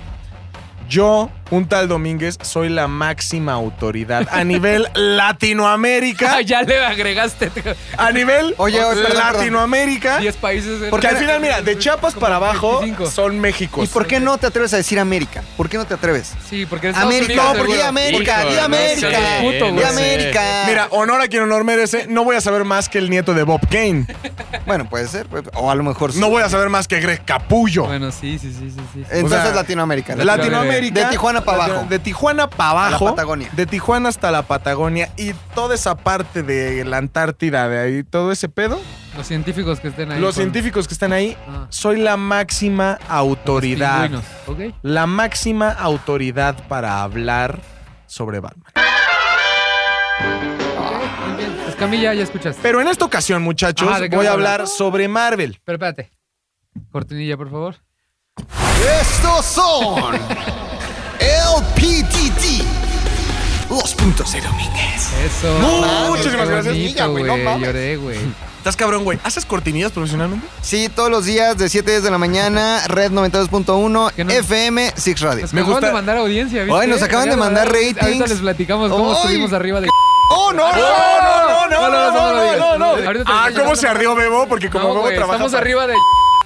A: Yo, un tal Domínguez, soy la máxima autoridad a nivel Latinoamérica.
E: <laughs> Ah, ya le agregaste
A: A nivel
C: Oye, oye, perdón, perdón.
A: Latinoamérica.
E: 10 países.
A: Ah. Porque al final, mira, de Chiapas para abajo
E: 25.
A: son México.
C: ¿Y por qué no te atreves a decir América? ¿Por qué no te atreves?
E: Sí, porque eres
C: América, no, porque
E: seguro.
C: di América,
B: Hijo,
C: di
B: no
C: América,
B: sé,
E: puto,
B: no
C: di
E: güey.
B: sé.
C: América.
A: Mira, honor a quien honor merece, no voy a saber más que el nieto de Bob Kane.
C: Bueno, puede ser. pues, O a lo mejor sí.
A: No voy a saber más que Greg Capullo.
E: Bueno, sí, sí, sí, sí. sí.
C: Entonces
A: o sea,
C: Latinoamérica.
A: Latinoamérica.
C: De Tijuana para abajo.
A: De, de Tijuana para abajo.
C: A la Patagonia.
A: De Tijuana hasta la Patagonia. Y toda esa parte de la Antártida, de ahí, todo ese pedo.
E: Los científicos que estén ahí.
A: los
E: con-
A: científicos que están ahí,
E: Ah.
A: soy la máxima autoridad.
E: Pingüinos, ¿ok?
A: La máxima autoridad para hablar sobre Batman.
E: Muy bien. Escamilla, ya escuchaste.
A: Pero en esta ocasión, muchachos,
E: Ajá, ¿de qué
A: voy a
E: vamos a
A: hablar sobre Marvel.
E: Pero espérate. Cortinilla, por favor.
C: Estos son LPTT. Los puntos de Domínguez.
E: Eso.
A: No,
E: Ay,
A: muchísimas
E: qué
A: gracias.
E: bonito,
A: Mira, güey, no
E: güey.
A: mames.
E: Lloré, güey.
A: Estás cabrón, güey. ¿Haces cortinillas profesionalmente?
C: Sí, todos los días de 7 a 10 de la mañana, Red 92.1,
E: ¿Qué no?
C: FM, Six Radio.
E: Nos
A: Me
E: acaban
A: gusta-
E: de mandar audiencia, ¿viste?
C: Ay, nos acaban de
E: Nos
C: mandar
E: audiencia. Ahorita
C: ratings.
E: les platicamos cómo
C: Ay.
E: estuvimos arriba de...
C: ¡Oh, no, no!
A: no,
E: Ah, no, no, no, no, no, no. Ahorita te-
A: Ah, ¿cómo se ardió Bebo? Porque como
E: No,
A: Bebo
E: güey,
A: trabaja...
E: estamos
A: para-
E: arriba de...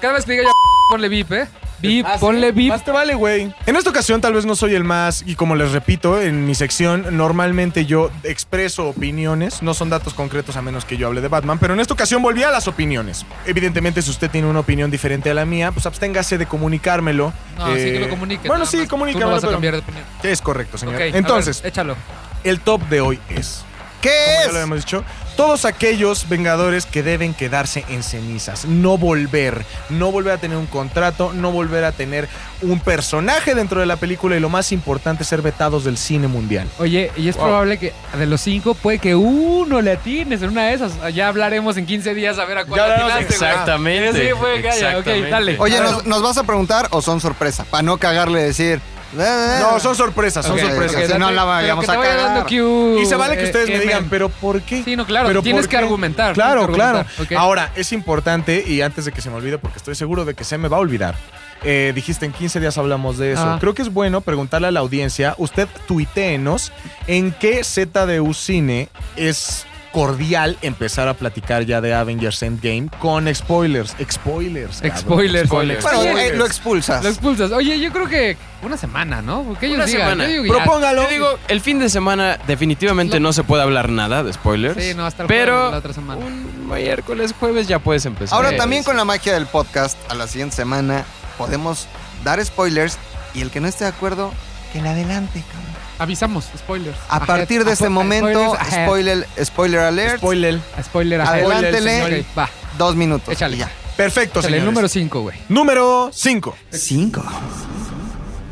E: Cada vez que diga ya... Ponle VIP, ¿eh? VIP,
A: Ah, sí.
E: ponle VIP.
A: Más te vale, güey. En esta ocasión tal vez no soy el más, y como les repito, en mi sección normalmente yo expreso opiniones, no son datos concretos a menos que yo hable de Batman, pero en esta ocasión volví a las opiniones. Evidentemente si usted tiene una opinión diferente a la mía, pues absténgase de comunicármelo.
E: No, sí
A: Eh,
E: que lo comunique.
A: Bueno,
E: nada
A: sí,
E: más.
A: comunícamelo.
E: Tú no vas a
A: pero-
E: cambiar de opinión.
A: Sí, Es correcto, señor.
E: Ok, a ver,
A: Entonces,
E: échalo.
A: el top de hoy es...
C: ¿Qué
A: como
C: es?
A: ya lo hemos dicho, todos aquellos vengadores que deben quedarse en cenizas, no volver, no volver a tener un contrato, no volver a tener un personaje dentro de la película y lo más importante, ser vetados del cine mundial.
E: Oye, y es probable que de los cinco puede que uno le atines en una de esas. Ah, Ya hablaremos en 15 días a ver a cuál
A: Ya
E: le
A: hablaremos,
E: atinaste. güey.
B: Exactamente.
E: Sí, fue, calla, ok,
B: exactamente.
E: dale.
C: Oye, ¿nos, nos vas a preguntar o son sorpresa? Para no cagarle decir...
A: No, son sorpresas, son
E: Ah. Ok,
A: sorpresas.
E: ok,
C: Si no,
E: date-
C: la vamos
E: que te
C: a
E: vaya
C: cagar.
E: dando cue,
A: Y se vale que
E: eh,
A: ustedes me
E: M.
A: digan, pero ¿por qué?
E: Sí, no, claro,
A: ¿Pero
E: tienes
A: por
E: que
A: qué?
E: argumentar,
A: Claro,
E: tienes que
A: claro.
E: argumentar, ok.
A: Ahora, es importante, y antes de que se me olvide, porque estoy seguro de que se me va a olvidar, eh, dijiste en 15 días hablamos de eso.
E: Ah.
A: Creo que es bueno preguntarle a la audiencia, usted tuiteenos, ¿en qué ZDU Cine es cordial empezar a platicar ya de Avengers Endgame con spoilers? Spoilers. cabrón,
E: Spoilers.
C: Bueno,
E: Spoilers.
C: eh, lo expulsas.
E: Lo expulsas. Oye, yo creo que una semana, ¿no? Porque ellos
B: Una
E: digan.
B: semana.
E: yo digo que ya.
A: Propóngalo.
B: Yo digo, el fin de semana definitivamente no se puede hablar nada de spoilers.
E: Sí, no, hasta el
B: Pero
E: jueves, la otra semana.
B: un miércoles, jueves ya puedes empezar.
C: Ahora también con la magia del podcast, a la siguiente semana podemos dar spoilers y el que no esté de acuerdo, que la adelante, cabrón.
E: Avisamos, spoilers.
C: A partir de este momento, spoiler, spoiler alert,
A: Spoiler.
E: Spoiler.
C: Adelántele.
E: Ok, Va,
C: dos minutos.
E: Échale.
C: y ya.
A: Perfecto,
E: échale, el
A: señores.
E: número 5, güey.
A: Número 5.
C: Cinco.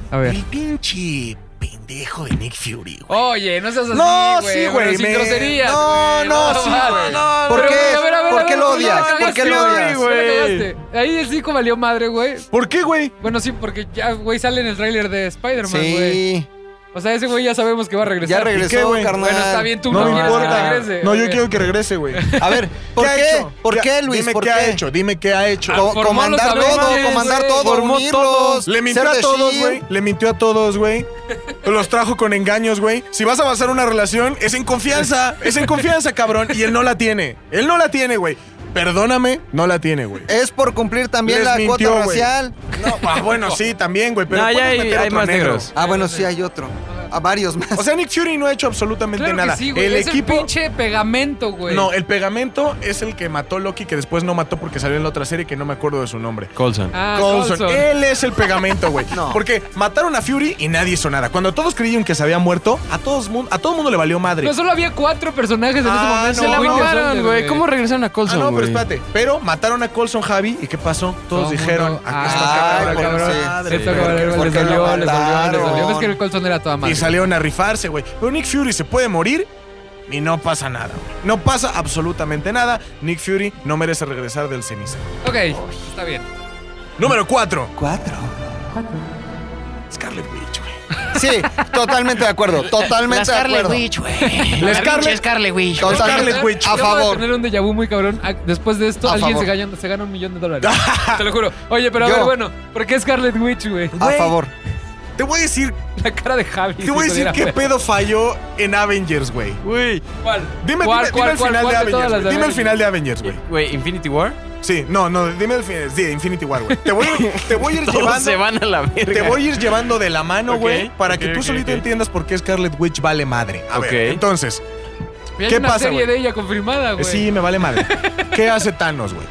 E: A ver.
A: pinche pendejo de Nick Fury,
E: Oye, no seas así,
A: No,
E: güey.
A: sí, güey,
E: bueno, sin
A: me-
E: groserías.
A: No,
E: güey,
A: no, sí,
E: va.
A: güey, no,
C: ¿Por
E: Pero,
C: qué?
E: güey, a ver, a ver,
C: ¿Por
E: a ver,
C: qué lo
E: tú la
C: odias? ¿Por
E: cagaste,
C: qué lo
E: güey,
C: odias?
E: tú la cagaste. Ahí el 5 valió madre, güey.
A: ¿Por qué, güey?
E: Bueno, sí, porque ya, güey, sale en el tráiler de Spider-Man, güey.
C: Sí.
E: O sea, ese güey ya sabemos que va a
C: Ya
E: regresar.
A: ¿Qué,
C: regresó,
A: güey?
C: carnal.
E: Bueno, está bien, tú
A: No,
E: no,
A: me
E: quieres
A: importa.
E: que regrese.
A: no, yo
E: güey.
A: quiero que regrese, <laughs> güey.
C: A ver, ¿por qué?
A: ha hecho?
C: ¿Por qué, Luis?
A: Dime
C: ¿Por
A: qué,
C: qué?
A: ha hecho, dime qué ha hecho.
C: Co-
E: Formó
C: comandar
E: los
C: todo,
E: alemanes,
C: comandar
E: güey.
C: todo,
E: Formó
C: unirlos.
E: todos.
A: Ah, Le mintió
C: ser
A: a
C: de
A: todos,
C: Shield.
A: güey. Le mintió a todos, güey. Los trajo con engaños, güey. Si vas a basar una relación, es en confianza. Es en confianza, cabrón. Y él no la tiene. Él no la tiene, güey. Perdóname, no la tiene, güey.
C: Es por cumplir también
A: Les
C: la
A: mintió,
C: cuota
A: güey.
C: racial.
A: No, ah, bueno, sí, también, güey, pero
B: No, ya
A: puedes
B: hay-
A: meter
B: hay
A: otro
B: más
A: negro.
B: negros.
C: Ah, bueno, sí hay otro. A varios más.
A: O sea, Nick Fury no ha hecho absolutamente
E: Claro
A: nada.
E: que sí, güey.
A: el
E: es
A: equipo
E: el pinche pegamento, güey.
A: No, el pegamento es el que mató Loki que después no mató porque salió en la otra serie que no me acuerdo de su nombre.
B: Colson.
E: Ah,
A: eh, Coulson.
E: Coulson.
A: Él es el pegamento, güey.
C: No.
A: Porque mataron a Fury y nadie hizo nada. Cuando todos creyeron que se había muerto, a todos mun- a todo mundo le valió madre.
E: No, solo había cuatro personajes en
A: Ah,
E: ese momento.
A: no,
E: el
A: no,
E: Winter
B: mataron,
E: Soldier,
B: güey. ¿Cómo regresaron a
A: Ah,
B: Colson?
A: no, pero
B: güey?
A: espérate. Pero mataron a Colson Javi y ¿qué pasó? Todos
E: Todo
A: dijeron,
E: mundo-
A: "Acá
E: Ah,
A: está
C: Ay,
A: cabrón,
E: cabrón.
A: cabrón".
C: sí.
A: Madre,
E: Les tocó,
A: güey.
E: les dolió,
C: ¿Por
E: les
C: qué lo
E: dolió, les dolió.
C: mataron?
E: Ves que el Colson era toda madre.
A: Y salieron a rifarse, güey. Pero Nick Fury se puede morir y no pasa nada, güey. No pasa absolutamente nada. Nick Fury no merece regresar del ceniza.
E: Ok, está bien.
A: Número 4.
C: Cuatro.
A: Scarlet Witch, güey.
C: Sí, totalmente de acuerdo. Totalmente de acuerdo.
J: güey.
A: La Scarlet- pinche
J: Scarlet Witch.
C: Totalmente
A: Scarlet Witch.
C: a
E: Yo voy
C: favor.
E: tener un déjà vu muy cabrón. Ah, Después de esto,
C: A
E: alguien se
C: favor.
E: gana, se gana un millón de dólares.
A: <laughs>
E: Te lo juro. Oye, pero a
C: Yo.
E: ver, bueno, ¿por qué Scarlet Witch, güey? <laughs>
C: A favor.
A: Te voy a decir,
E: La cara de Javi.
A: te voy a decir qué pedo falló en Avengers, güey.
B: Güey.
E: ¿Cuál?
A: Dime, dime-
E: ¿Cuál,
A: dime
E: cuál,
A: el
E: cuál,
A: final
E: cuál
A: de
E: todas
A: Avengers. güey.
E: las de
A: Dime el
E: Avengers?
A: final de Avengers, güey.
B: Güey, Infinity War.
A: Sí, no, no, dime el final. Sí, Infinity War, güey. Te voy, te voy a ir
B: Todos se
A: llevando.
B: van a la verga.
A: Te voy a ir llevando de la mano,
B: Ok,
A: güey, para que
B: ok,
A: tú
B: ok,
A: solito
B: ok.
A: entiendas por qué Scarlet Witch vale madre. A
B: Ok.
A: ver, entonces,
E: Ya hay
A: ¿Qué
E: una
A: pasa,
E: serie
A: güey?
E: de ella confirmada, güey.
A: sí, me vale madre. ¿Qué hace Thanos, güey?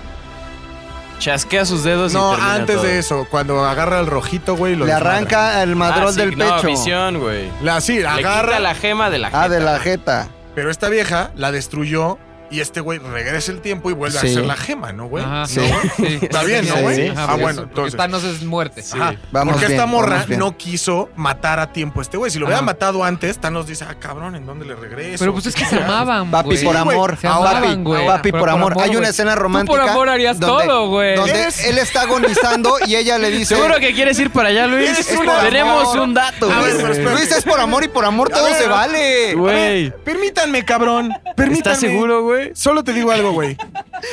B: Chasquea sus dedos y
A: No,
B: termina
A: antes
B: todo.
A: de eso, cuando agarra al rojito, güey, lo
C: Le
A: desmadra.
C: arranca el
B: Ah,
C: madrón
B: sí,
C: del
B: no,
C: pecho.
B: visión, güey.
A: La, sí,
B: Le quita
A: agarra.
B: la gema de la
C: ah, de
B: jeta.
C: la jeta.
A: Pero esta vieja la destruyó y este güey regresa el tiempo y vuelve
C: Sí.
A: a hacer la gema, ¿no, güey?
E: Ajá.
C: Sí.
E: Sí. <laughs>
A: Está bien, ¿no,
C: Sí,
A: güey?
C: sí.
E: Ajá,
A: Ah,
E: porque
A: bueno,
E: eso- porque
A: entonces.
E: Thanos es muerte.
A: Ajá.
C: Vamos
A: Porque
C: bien,
A: esta morra
C: vamos bien.
A: no quiso matar a tiempo a este güey. Si lo hubiera
E: Ajá.
A: matado antes, Thanos dice, ah, cabrón, ¿en dónde le regreso?
E: Pero pues es que se amaban, güey.
C: Papi por
A: güey.
C: amor.
E: Se
C: Ahora,
E: amaban, güey.
C: Papi
E: Pero
C: por amor. Hay una
E: güey.
C: escena
E: Tú
C: romántica.
E: por amor harías
C: donde-
E: todo, güey.
C: Donde
A: Es-
C: él está agonizando y ella le dice.
B: Seguro que quieres ir para allá, Luis.
A: Es una-
B: Tenemos un dato,
A: A ver,
B: güey.
A: pero espérate.
C: Luis, es por amor y por amor
A: A
C: todo
A: ver,
C: se vale.
A: A ver,
B: Güey.
A: Permítanme, cabrón. Permítanme.
B: ¿Estás seguro, güey?
A: Solo te digo algo,
E: <laughs>
A: güey.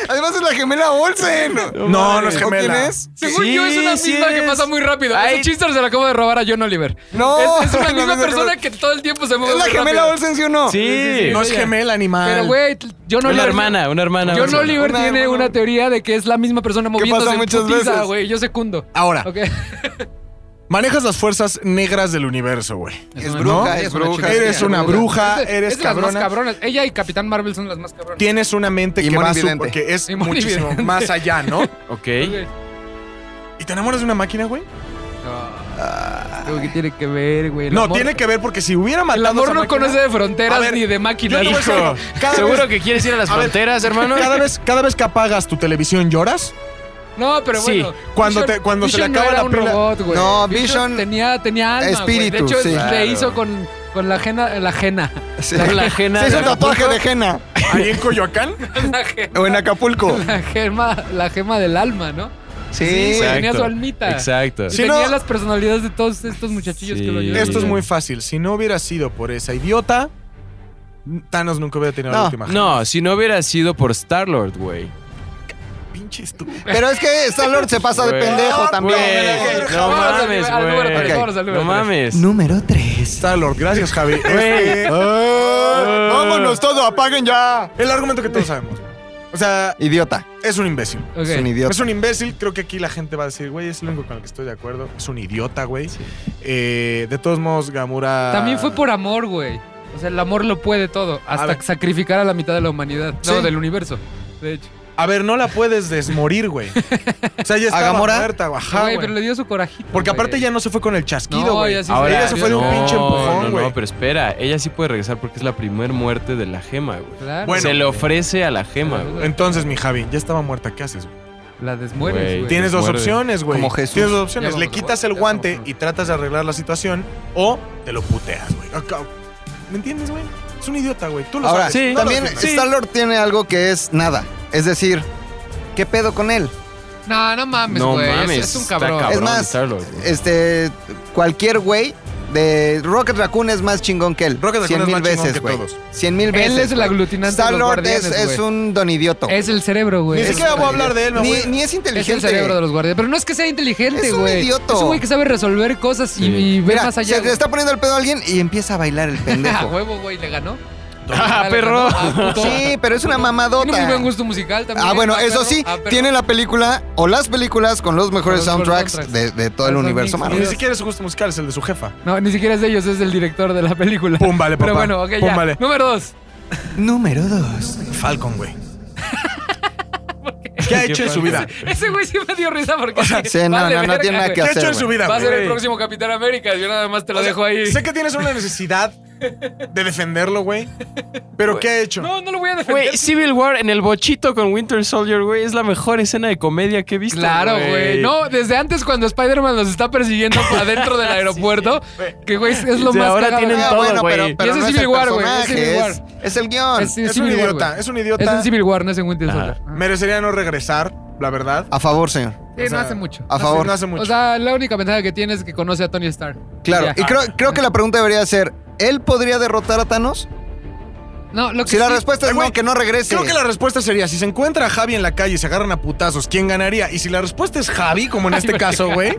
C: Además Ah, es la gemela Olsen.
A: No, no, es
C: ¿O
A: gemela.
C: quién es?
E: Según
B: Sí,
E: yo, es Oh, una
B: sí
E: misma que
B: es.
E: pasa muy rápido.
B: Ay.
E: Ese chiste se lo acabo de robar a John Oliver.
C: No,
E: Es, es una
C: no, no,
E: misma
C: no,
E: persona
C: no.
E: que todo el tiempo se mueve
C: ¿Es la
E: muy
C: gemela
E: rápido.
C: Olsen, sí o no?
B: Sí.
A: No es
E: oye.
A: gemela, animal.
E: Pero, güey, John Oliver...
B: Una hermana, una hermana.
E: John
B: una hermana.
E: Oliver
C: Una
E: tiene
C: hermana.
E: una teoría de que es la misma persona moviéndose
C: pasa
E: en
C: muchas
E: putiza,
C: veces.
E: güey. Yo secundo.
A: Ahora,
E: Ok.
A: manejas las fuerzas negras del universo, güey.
C: Es
E: una-
C: bruja,
A: ¿No?
C: es
E: Es una
C: bruja.
E: chica.
A: Eres una bruja,
E: Es de-
A: Ah, eres
E: es de las más
A: cabrona.
E: cabronas. Ella y Capitán Marvel son las más cabronas.
A: Tienes una mente
C: Y
A: que va a su...
C: monividente.
A: Porque es
E: Y
A: muchísimo
E: monividente.
A: más allá,
E: <laughs>
A: ¿no?
B: Ok.
E: Ok.
A: ¿Y te enamoras de una máquina, güey?
E: Creo que "Ah, tiene que ver, güey. El
A: No,
E: amor-
A: tiene que ver porque si hubiera matado
E: El amor
A: esa
E: no
A: máquina-
E: conoce de fronteras
A: A ver,
E: ni de máquinas.
A: yo te
E: <laughs>
A: voy a decir algo. Cada
B: ¿Seguro
A: vez-
B: que quieres ir a las
A: A ver.
B: fronteras, hermano?
A: Cada vez, cada vez que apagas tu televisión lloras.
E: No, pero
B: Sí.
E: bueno.
A: Cuando te- cuando se le
E: Vision no
A: acaba
E: era
A: la
E: un
A: pila-
E: robot, güey.
C: No, Vision
E: tenía, tenía alma,
C: espíritu,
E: güey. De hecho,
C: sí.
E: le
C: Claro.
E: hizo con, con la ajena. La ajena.
C: Sí.
B: La ajena
C: Se hizo
B: de
C: un tatuaje de Jena.
A: Ahí en Coyoacán.
E: <laughs> La ajena.
C: O en Acapulco.
E: La gema, la gema del alma, ¿no?
C: Sí.
E: güey.
B: Exacto.
E: tenía su almita.
B: Exacto.
E: Y
A: Si
E: tenía
A: no-
E: las personalidades de todos estos muchachillos
B: Sí.
E: que lo ayudaron.
A: Esto es
B: Sí.
A: muy fácil. Si no hubiera sido por esa idiota, Thanos nunca hubiera tenido la
C: No.
A: última.
B: No, si no hubiera sido por Star-Lord, güey.
A: pinche estúpido.
C: Pero es que Star-Lord se pasa de
E: Pues,
B: Güey.
C: pendejo también.
B: Güey, No
E: Vámonos al
B: mames,
E: nivel- al número
C: tres,
B: güey.
E: vámonos al
B: No
E: número
B: mames.
C: Número 3.
A: Star-Lord, gracias, Javi. Este-
C: Ah, Vámonos todo, apaguen ya.
A: el argumento que todos sabemos. O sea,
C: Idiota.
A: es un imbécil.
E: Ok.
C: Es un idiota.
A: Es un imbécil. Creo que aquí la gente va a decir, güey, es lo único con lo que estoy de acuerdo. Es un idiota, güey. Eh, de todos modos, Gamura.
E: También
C: Ah.
E: fue por amor, güey. O sea, el amor lo puede todo.
A: A
E: Hasta
A: ver.
E: sacrificar a la mitad de la humanidad.
A: Sí.
E: No, del universo. De hecho.
A: A ver, no la puedes desmorir, güey. O sea, ya estaba
C: Gamora?
A: muerta, güey. Ajá,
E: Güey,
A: güey.
E: pero le dio su corajito.
A: Porque
E: güey.
A: aparte ya no se fue con el chasquido,
E: No,
A: güey.
E: ya sí
A: Ahora
E: se
A: ella se fue de un
E: No,
A: pinche empujón,
B: No,
A: güey.
B: no, pero espera. Ella sí puede regresar porque es la primer muerte de la gema, güey.
E: Claro.
A: Bueno.
B: Se le ofrece a la gema, güey.
A: Entonces, mi Javi, ya estaba muerta, ¿qué haces? güey?
E: La desmueres,
B: Güey.
E: güey.
A: Tienes dos
B: muerde.
A: opciones, güey.
C: Como Jesús.
A: Tienes dos opciones.
E: Ya
A: Le
E: vamos,
A: quitas
E: ya
A: el
E: vamos,
A: guante
E: vamos.
A: y tratas de arreglar la situación o te lo puteas, güey. Acá- ¿Me entiendes, güey? Es un idiota, güey. Tú lo
C: Ahora,
A: sabes.
B: sí,
A: No lo
C: también
A: entiendes.
C: Star-Lord tiene algo que es nada. Es decir, ¿qué pedo con él?
E: No, no mames,
B: No
E: güey. Es-
B: mames,
E: Es, un
B: está
E: cabrón.
B: cabrón.
C: Es más,
B: Star-Lord.
C: Este, cualquier güey de Rocket Raccoon es más chingón que él.
A: Rocket Raccoon
C: Cien
A: es
C: mil
A: más chingón
C: veces,
A: que
C: güey.
A: todos.
C: Cien mil veces.
E: Él es el
C: güey.
E: aglutinante de los
C: Star-Lord es,
E: guardianes,
C: es
E: güey.
C: un don idioto.
E: Es el cerebro, güey.
A: Ni
E: Es-
A: siquiera voy a hablar de él, me
C: ni,
A: voy-
C: ni es
E: Es el
C: inteligente.
E: cerebro de los guardianes. Pero no es que sea inteligente,
C: Es un
E: güey.
C: idioto.
E: Es un güey que sabe resolver cosas
B: Sí.
E: y, y ve
C: Mira,
E: más allá.
C: se le
E: güey. <laughs>
C: está poniendo el pedo a alguien y empieza a bailar el
E: A
C: pendejo.
E: huevo, güey, <laughs> le ganó. puto.
B: Ah, perro.
E: Ah, puto.
C: Sí, pero es una
E: Tiene muy
C: mamadota.
E: buen gusto musical también.
C: Ah, bueno,
E: Ah,
C: eso
E: perro.
C: sí,
E: Ah, perro.
C: tiene la película o las películas con los mejores
E: Con los mejores
C: soundtracks de,
E: soundtracks.
C: de todo el
E: Los
C: universo
E: Rolling
A: Y
C: Marvel.
A: ni siquiera es su gusto musical, es el de su jefa.
E: No, ni siquiera es de ellos, es del director de la película.
A: Pum, vale,
E: Pero
A: papá.
E: bueno, ok, ya.
A: Pum, vale.
E: Número dos.
C: Número 2.
A: Falcon,
E: <laughs>
A: güey. ¿Qué ha hecho en su vida?
E: Ese güey sí me dio risa porque.
C: Sí, no,
E: vale,
C: no, no
E: verga,
C: tiene nada
E: güey.
C: que
A: ¿Qué ha hecho
C: hacer.
A: en su
C: güey.
A: vida,
E: Va a ser el
A: güey?
E: próximo Capitán América. Yo nada más te lo
A: O sea,
E: dejo ahí.
A: Sé que tienes una necesidad de defenderlo, güey. Pero ¿qué ha hecho?
E: No, no lo voy a defender.
B: Güey, Civil War en el bochito con Winter Soldier, güey, es la mejor escena de comedia que he visto.
E: Claro, güey. No, desde antes cuando Spider-Man los está persiguiendo adentro del aeropuerto, que güey es, es lo
B: Sí,
E: más
B: ahora
E: cagado.
B: tienen
C: Ah,
B: todo,
C: bueno,
B: güey.
C: pero,
B: Y
C: pero
E: ese
C: no
E: es
C: es
E: Civil
C: el
E: War, güey, ese es
C: personaje,
E: Civil
C: es-
E: War.
C: es el guión.
E: Es,
A: Es un
E: Civil War,
A: idiota,
E: güey.
A: es un idiota.
E: Es en Civil War, no es en Winter
B: Ajá.
E: Soldier. Ajá.
A: Merecería no regresar, la verdad.
C: A favor, señor.
E: Sí,
A: O
E: no
A: sea,
E: hace mucho.
C: A
A: No
C: favor.
A: hace- no hace mucho.
E: O sea, la única ventaja que tiene es que conoce a Tony Stark.
C: Claro.
E: Ya.
C: Y creo, creo que la pregunta debería ser: ¿él podría derrotar a Thanos?
E: No, lo que
C: Si la
E: sí-
C: respuesta es
A: Ay, güey,
C: no, que no regrese.
A: Creo que la respuesta sería, si se encuentra a Javi en la calle y se agarran a putazos, ¿quién ganaría? Y si la respuesta es Javi, como en este caso, güey,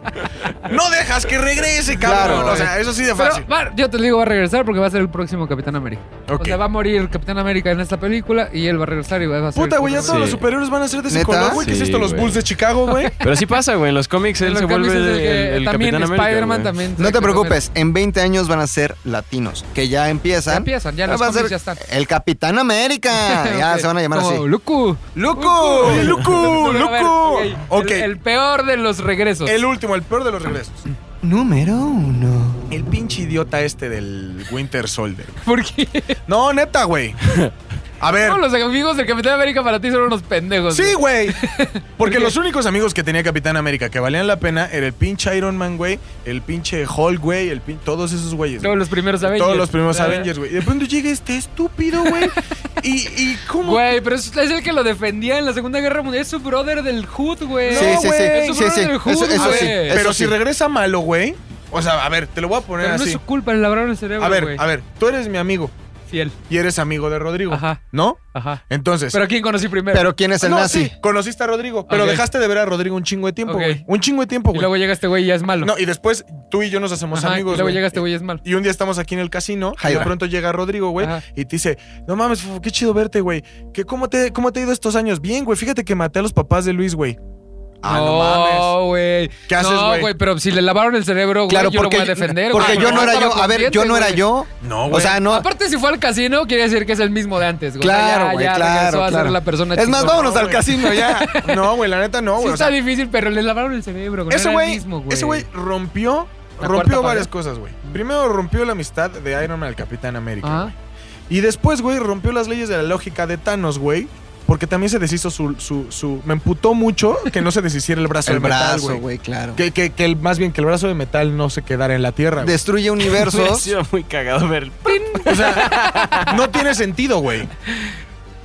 A: no dejas que regrese, cabrón.
C: Claro,
A: o sea, eso sí de
E: Pero,
A: fácil.
E: va- yo te digo, va a regresar porque va a ser el próximo Capitán América. O
A: Ok.
E: sea, va a morir Capitán América en esta película y él va a regresar y va a ser.
A: Puta, güey, ya
E: el
A: todos
B: Sí.
A: los superhéroes van a ser de ese
C: ¿Neta?
A: color, güey. ¿Qué
B: Sí,
A: es esto, los
B: güey.
A: Bulls de Chicago,
E: <laughs>
A: güey?
B: Pero sí pasa, güey. En los cómics él
E: Capitán
B: se
E: América.
B: vuelve
E: Los cómics es el que
B: el, el
E: también
B: Capitán América.
E: Spider-Man
B: güey.
E: también.
C: No te preocupes, en 20 años van a ser latinos, que ya empiezan. Ah,
E: Ya empiezan, ya los
C: Va a ser
E: cómics ya están.
C: El Capitán
E: <laughs>
C: América. Ah, ya se van a llamar así.
E: Como Luku.
C: ¡Luco!
A: Oye,
E: <laughs>
A: Luco!
E: A ver,
A: ¡Luco!
E: ok,
A: Ok,
E: El, el peor de los regresos.
A: el último, el peor de los regresos.
C: Número uno.
A: El pinche idiota este del Winter Soldier.
C: <laughs>
E: ¿Por qué?
A: No, neta, güey. A ver.
E: <laughs> No, los amigos del Capitán América para ti son unos pendejos.
A: Sí,
E: <laughs>
A: güey. Porque
E: qué?
A: los únicos amigos que tenía Capitán América que valían la pena era el pinche Iron Man, güey, el pinche Hulk, güey, el pin- todos esos güeyes.
E: Todos
A: güey.
E: los primeros Avengers.
A: Todos los primeros
E: Ah,
A: Avengers, güey. Y De pronto llega este estúpido, güey. y, y cómo.
E: Güey, pero es, es el que lo defendía en la Segunda Guerra Mundial. Es su brother del Hood, güey.
A: No,
C: sí, sí, sí,
A: güey,
E: su
C: sí,
E: brother
C: sí.
E: del Hood,
C: Eso, eso
A: A
E: güey.
C: sí.
E: Pero
C: eso
A: Pero
C: sí.
A: si regresa malo, güey. O sea, a ver, te lo voy a poner
E: Pero no es
A: así.
E: su culpa, le labraron el cerebro,
A: a ver,
E: güey.
A: a ver, tú eres mi amigo
E: Fiel.
A: y eres amigo de Rodrigo.
E: Ajá.
A: ¿no?
E: Ajá.
A: Entonces. ah,
E: Pero ¿a quién conocí primero?
C: Pero ¿quién es el
A: No,
C: nazi?
A: sí, conociste a Rodrigo, pero
E: Ok.
A: dejaste de ver a Rodrigo un chingo de tiempo,
E: Ok.
A: güey. Un chingo de tiempo,
E: y
A: güey.
E: luego llega este güey y ya es malo.
A: No, y después tú y yo nos hacemos
E: Ajá,
A: amigos.
E: y luego
A: güey.
E: llega este güey y es malo.
A: Y un día estamos aquí en el casino y
C: Jairo.
A: de pronto llega Rodrigo, güey,
E: Ajá.
A: y te dice, no mames, Fofo, qué chido verte, güey. ¿Qué- ¿Cómo te, ¿Cómo te ha ido estos años? Bien, güey, fíjate que maté a los papás de Luis, güey. Ah, no, mames.
E: No, güey.
A: ¿Qué haces,
E: No,
A: güey?
E: güey, pero si le lavaron el cerebro, güey,
C: Claro,
E: Pues yo lo
C: porque,
E: voy a defender,
C: porque
E: güey.
C: yo
E: Ah,
C: no era
E: estaba
C: yo. A ver, yo
E: consciente,
C: no era
E: güey.
C: yo.
A: No, güey.
C: O sea, no.
E: Aparte, si fue al casino, quiere decir que es el mismo de antes, güey.
C: Claro,
E: Ya-
C: güey,
E: ya
C: claro,
E: regresó a
C: claro.
E: ser la persona
C: Es más,
E: chingona.
C: vámonos
A: No,
C: al
A: güey.
C: casino
E: <laughs>
C: ya.
A: <laughs> No, güey, la neta no,
E: Sí
A: güey. o
E: está
A: sea,
E: difícil, pero le lavaron el cerebro, güey. no
A: ese
E: era el
A: güey,
E: mismo,
A: ese güey rompió, rompió
E: La cuarta
A: varias
E: pared. Mm.
A: cosas, güey. Primero rompió la amistad de Iron Man al Capitán América.
E: Ajá.
A: güey. Y después, güey, rompió las leyes de la lógica de Thanos, güey. Porque también se deshizo su, su, su- Me emputó mucho que no se deshiciera el brazo
C: El
A: de metal,
C: brazo,
A: güey.
C: güey, claro.
A: Que, que, que el- más bien que el brazo de metal no se quedara en la tierra. güey.
C: Destruye
B: Hubiera
C: universos.
B: sido muy cagado ver.
A: O sea, no tiene sentido, güey.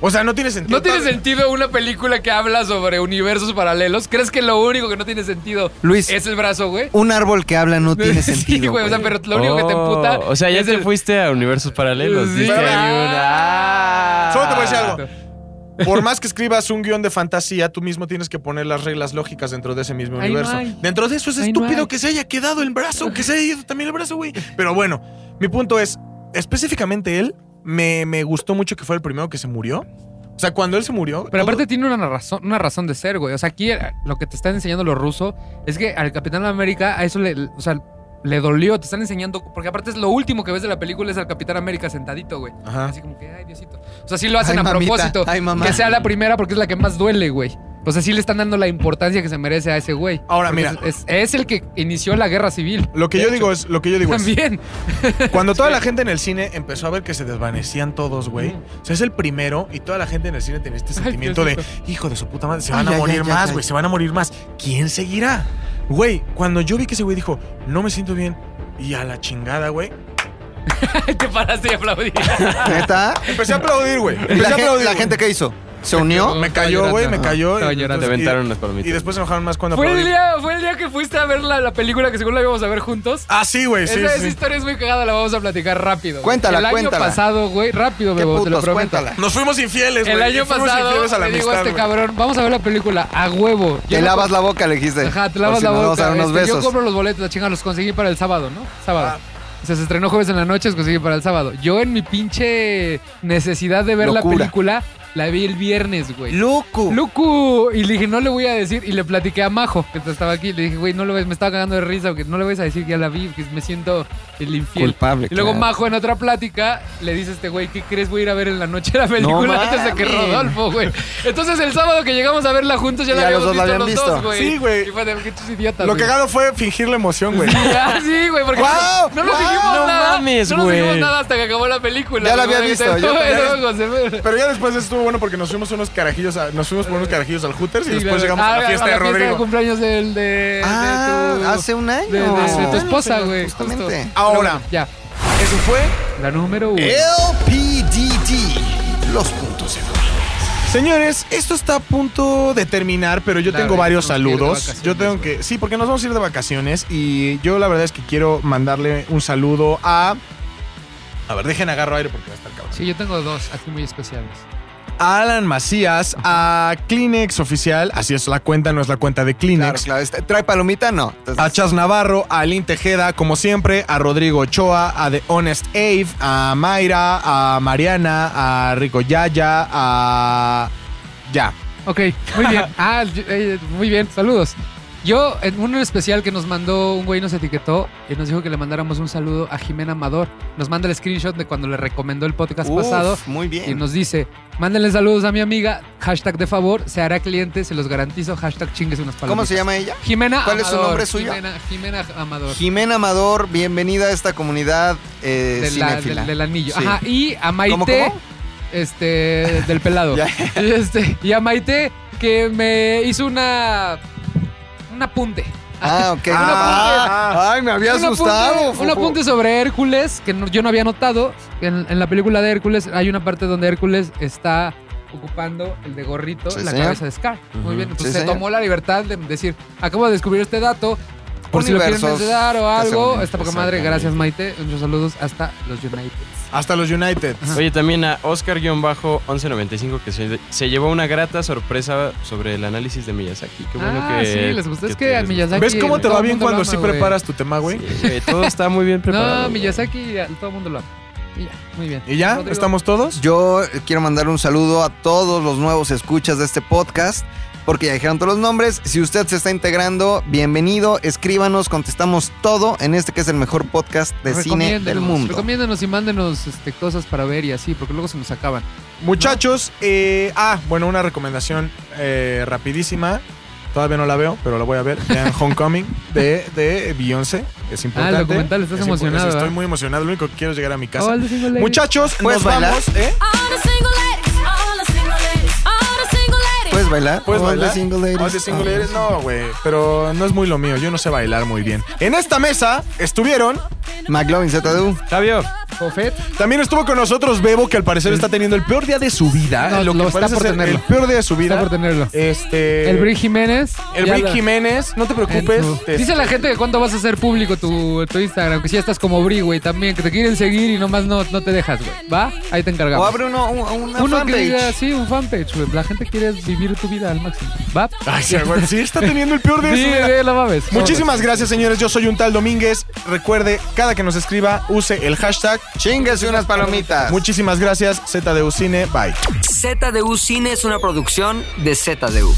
A: O sea, no tiene sentido.
E: ¿No tiene sentido una película que habla sobre universos paralelos? ¿Crees que lo único que no tiene sentido
C: Luis,
E: es el brazo, güey?
C: un árbol que habla no tiene
E: <laughs> Sí,
C: sentido.
E: güey, o sea,
C: güey.
E: pero lo único que te emputa.
B: Oh, O sea, ya
E: es
B: te
E: el-
B: fuiste a universos paralelos.
E: Sí. Ah.
B: diste ahí una-
A: Solo te voy a decir algo. Por más que escribas un guión de fantasía, tú mismo tienes que poner las reglas lógicas dentro de ese mismo
E: Ahí no
A: universo.
E: hay.
A: Dentro de eso es
E: Ahí no
A: estúpido
E: hay.
A: que se haya quedado el brazo, que se haya ido también el brazo, güey. Pero bueno, mi punto es, específicamente él, me, me gustó mucho que fue el primero que se murió. O sea, cuando él se murió... todo-
E: Pero aparte tiene una razón, una razón de ser, güey. O sea, aquí eh, lo que te están enseñando los rusos es que al Capitán América a eso le, o sea, le dolió. Te están enseñando, porque aparte es lo último que ves de la película es al Capitán América sentadito, güey.
A: Ajá.
E: Así como que, ay, Diosito. O sea, sí lo hacen
C: Ay,
E: a
C: mamita.
E: propósito.
C: Ay, mamá.
E: Que sea la primera porque es la que más duele, güey. O sea, sí le están dando la importancia que se merece a ese güey.
A: Ahora,
E: Porque
A: mira.
E: Es, es- es el que inició la guerra civil.
A: Lo que
E: De
A: yo
E: hecho,
A: digo es, lo que yo digo es,
E: También. <laughs>
A: Cuando toda la gente en el cine empezó a ver que se desvanecían todos, güey. O sea, es el primero y toda la gente en el cine tenía este sentimiento de, hijo de su puta madre, se van
C: Ay,
A: a
C: ay,
A: morir
C: ay,
A: más,
C: ay.
A: güey, se van a morir más. ¿Quién seguirá? Güey, cuando yo vi que ese güey dijo, no me siento bien y a la chingada, güey.
E: te paraste y
A: <laughs>
E: aplaudí. <laughs>
C: ¿Neta?
A: Empecé a aplaudir, güey.
C: ¿Y
A: Empecé
C: la,
A: a
C: gen-
A: aplaudir.
C: la
A: güey.
C: gente que hizo? ¿Se unió?
A: me cayó, güey, me
C: Ajá.
A: cayó.
E: Estaba
A: y
E: llorando.
B: Te
A: entonces-
B: aventaron
A: y-
B: las palomitas.
A: Y después se enojaron más cuando
E: Fue el,
A: aplaudí.
E: día, fue el día que fuiste a ver la, la película que según la íbamos a ver juntos.
A: Ah, sí, güey, sí,
E: esa, esa
A: sí.
E: historia es muy cagada, la vamos a platicar rápido. güey.
C: Cuéntala,
E: El año
C: cuéntala.
E: pasado, güey, rápido,
C: ¿Qué
E: bebo, te lo
C: putos?
E: prometo.
C: Cuéntala.
A: Nos fuimos infieles, güey.
E: El año
A: fuimos
E: pasado
A: infieles a la
E: le digo a
A: amistad,
E: este
A: güey.
E: cabrón, vamos a ver la película a huevo. Yo
C: Te
E: no
C: lavas
E: compro-
C: la boca, le dijiste.
E: Ajá, te
C: Por
E: lavas
C: si
E: la
C: nos
E: boca.
C: Vamos a dar unos
E: este, Yo
C: besos. Ah.
E: compro los boletos, la chinga, los conseguí para el sábado, ¿no? Sábado. O sea, se estrenó jueves en la noche, se consigue para el sábado. Yo en mi pinche necesidad de ver la
C: Locura.
E: película, la vi el viernes, güey.
C: Luku.
E: Luku. Y le dije, no le voy a decir. Y le platiqué a Majo, que estaba aquí. Le dije, güey, no lo ves, me estaba cagando de risa, porque no le vais a decir que ya la vi, que me siento el infiel.
C: Culpable,
E: Y luego
C: claro.
E: Majo en otra plática le dice a este güey, ¿qué crees? Voy a ir a ver en la noche la película
C: No
E: antes de que
C: mames.
E: Rodolfo, güey. Entonces el sábado que llegamos a verla juntos ya la
C: Ya los
E: habíamos
C: dos la
E: visto
C: habían
E: los dos,
C: visto.
E: güey.
A: Sí, güey.
E: Y fue de, ¿qué tus idiotas,
A: Lo
E: güey?"
A: cagado fue fingir la emoción, güey.
E: <laughs> Ah, sí, güey, porque
C: ¡Guau!
E: no nos
C: ¡Guau!
E: dijimos
B: No
E: nada.
B: mames,
E: no nos dijimos
B: güey.
E: nada hasta que acabó la película.
C: Ya la
E: güey.
C: había visto,
E: Entonces,
C: yo también.
E: eso, José.
A: Pero ya después estuvo bueno porque nos fuimos unos carajillos, a- nos fuimos por unos carajillos al Hooters y
E: Sí,
A: después
E: claro.
A: llegamos
E: Ah,
A: a la fiesta de
E: de
A: Rodrigo.
E: cumpleaños del de,
C: Ah,
E: de tu-
C: hace un año.
E: de, de- de tu esposa,
C: Justamente.
E: güey.
C: Justamente.
E: justo.
A: Ahora,
E: Ya,
A: eso fue. Eh.
E: la número uno.
C: LPDD. Los puntos en
A: Señores, esto está a punto de terminar, pero yo
E: La
A: tengo
E: verdad,
A: varios
E: nos quiere de
A: saludos.
E: vacaciones,
A: Yo tengo que. Sí, porque nos vamos a ir de vacaciones y yo la verdad es que quiero mandarle un saludo a. A ver, dejen agarro aire porque va a estar cabrón.
E: Sí, yo tengo dos aquí muy especiales.
A: A Alan Macías, a Kleenex Oficial, así es la cuenta, no es la cuenta de
C: Claro,
A: Kleenex.
C: claro. este- ¿Trae palomita? No. Entonces,
A: A Chas Navarro, a Alin Tejeda, como siempre, a Rodrigo Ochoa, a The Honest Ave, a Mayra, a Mariana, a Rico Yaya, a. Ya.
E: Ok, muy
A: <laughs>
E: bien. Ah, yo- eh, muy bien, saludos. Yo, en uno en especial que nos mandó un güey, nos etiquetó y nos dijo que le mandáramos un saludo a Jimena Amador. Nos manda el screenshot de cuando le recomendó el podcast
C: Uf,
E: pasado
C: Muy
E: y
C: bien.
E: nos dice, mándenle saludos a mi amiga, hashtag de favor, se hará cliente, se los garantizo, hashtag chingues unas palabras.
C: ¿Cómo se llama ella?
E: Jimena
C: ¿Cuál es su
E: Amador,
C: nombre suyo?
E: Jimena, Jimena Amador.
C: Jimena Amador, bienvenida a esta comunidad eh,
E: del, la-
C: cinéfila.
E: del- del anillo.
C: Sí.
E: Ajá, y a Maite.
C: ¿Cómo, cómo?
E: Este, del pelado.
C: <laughs> Ya.
E: Y este, y a Maite que me hizo una. Un apunte.
C: Ah,
E: <laughs>
C: ok.
A: Ah,
C: Ah, ay, me había
E: Un apunte-
C: asustado.
E: un
C: Fufu.
E: apunte sobre Hércules que no- yo no había notado. En, en la película de Hércules hay una parte donde Hércules está ocupando el de gorrito
C: Sí,
E: la
C: señor.
E: cabeza de Scar. Muy bien, entonces
C: Sí,
E: se
C: señor.
E: tomó la libertad de decir, acabo de descubrir este dato. Por si lo quieren
C: Universos
E: mencionar o
C: que se
E: algo,
C: unen.
E: está poca madre.
C: Exactamente.
E: Gracias, Maite. Muchos saludos hasta los United.
A: Hasta los United.
B: Oye, también a Oscar-1195 que se, se llevó una grata sorpresa sobre el análisis de Miyazaki. Qué bueno
E: ah,
B: que.
E: sí, les gustó. Es
B: te
E: que a
B: les
E: Miyazaki.
A: ¿Ves cómo te
E: todo
A: va
E: el
A: bien
E: mundo
A: cuando
E: lo
A: sí
E: ama, güey.
A: preparas tu tema, güey?
B: Sí, güey, todo está muy bien preparado.
E: <laughs> No,
B: güey.
E: Miyazaki, a- todo el mundo lo ama. Y ya, muy bien.
A: ¿Y ya?
E: Rodrigo.
A: ¿Estamos todos?
C: Yo quiero mandar un saludo a todos los nuevos escuchas de este podcast, porque ya dijeron todos los nombres. Si usted se está integrando, bienvenido, escríbanos, contestamos todo en este que es el mejor podcast de cine
E: Recomiéndenos,
C: del mundo.
E: Recomiéndenos y mándenos este, cosas para ver y así, porque luego se nos acaban.
A: Muchachos, eh, ah, bueno, una recomendación eh, rapidísima. Todavía no la veo, pero la voy a ver. Vean Homecoming de, de Beyoncé. Es importante.
E: Ah, documental, estás
A: Es impo-
E: emocionado,
A: Estoy
E: ¿verdad?
A: muy emocionado. Lo único que quiero es llegar a mi casa.
E: Oh, el de Single Ladies.
A: Muchachos,
C: ¿Puedes
A: nos
C: bailar?
A: vamos. ¿eh?
C: ¿Puedes bailar?
A: ¿Puedes
C: All the
A: bailar?
C: single ladies. Ah.
A: All the single ladies. No, güey. Pero no es muy lo mío. Yo no sé bailar muy bien. En esta mesa estuvieron.
C: McLovin ZDU.
B: Javier,
E: Fofet.
A: También estuvo con nosotros Bebo, que al parecer está teniendo el peor día de su vida.
E: No,
A: que
E: lo está
A: parece
E: por
A: ser
E: tenerlo.
A: El peor día de su vida.
E: Está por tenerlo.
A: Este.
E: el
C: Eh,
E: Brick Jiménez. Eh,
A: El
E: ya
A: Brick
E: la-
A: Jiménez, no te
E: en
A: preocupes.
E: tu-
C: este,
A: te-
E: Dice la gente que cuánto vas a hacer público tu, tu Instagram, que si ya estás como Bri, güey, también, que te quieren seguir y nomás no, no te dejas, güey. ¿Va? Ahí te
C: O
E: encargamos.
C: abre uno, un- una
E: Uno que diga,
C: fanpage.
E: sí, un fanpage, güey. La gente quiere vivir tu vida al máximo. ¿Va?
A: Ay, sí, güey, sí, está teniendo el peor día de
E: Sí, eh.
A: su vida.
E: güey, la mames.
A: Muchísimas gracias, señores. Yo soy un tal Domínguez. Recuerde, cada que nos escriba, use el hashtag.
C: Chingues unas palomitas.
A: Muchísimas gracias, ZDU Cine. Bye.
J: ZDU Cine es una producción de ZDU.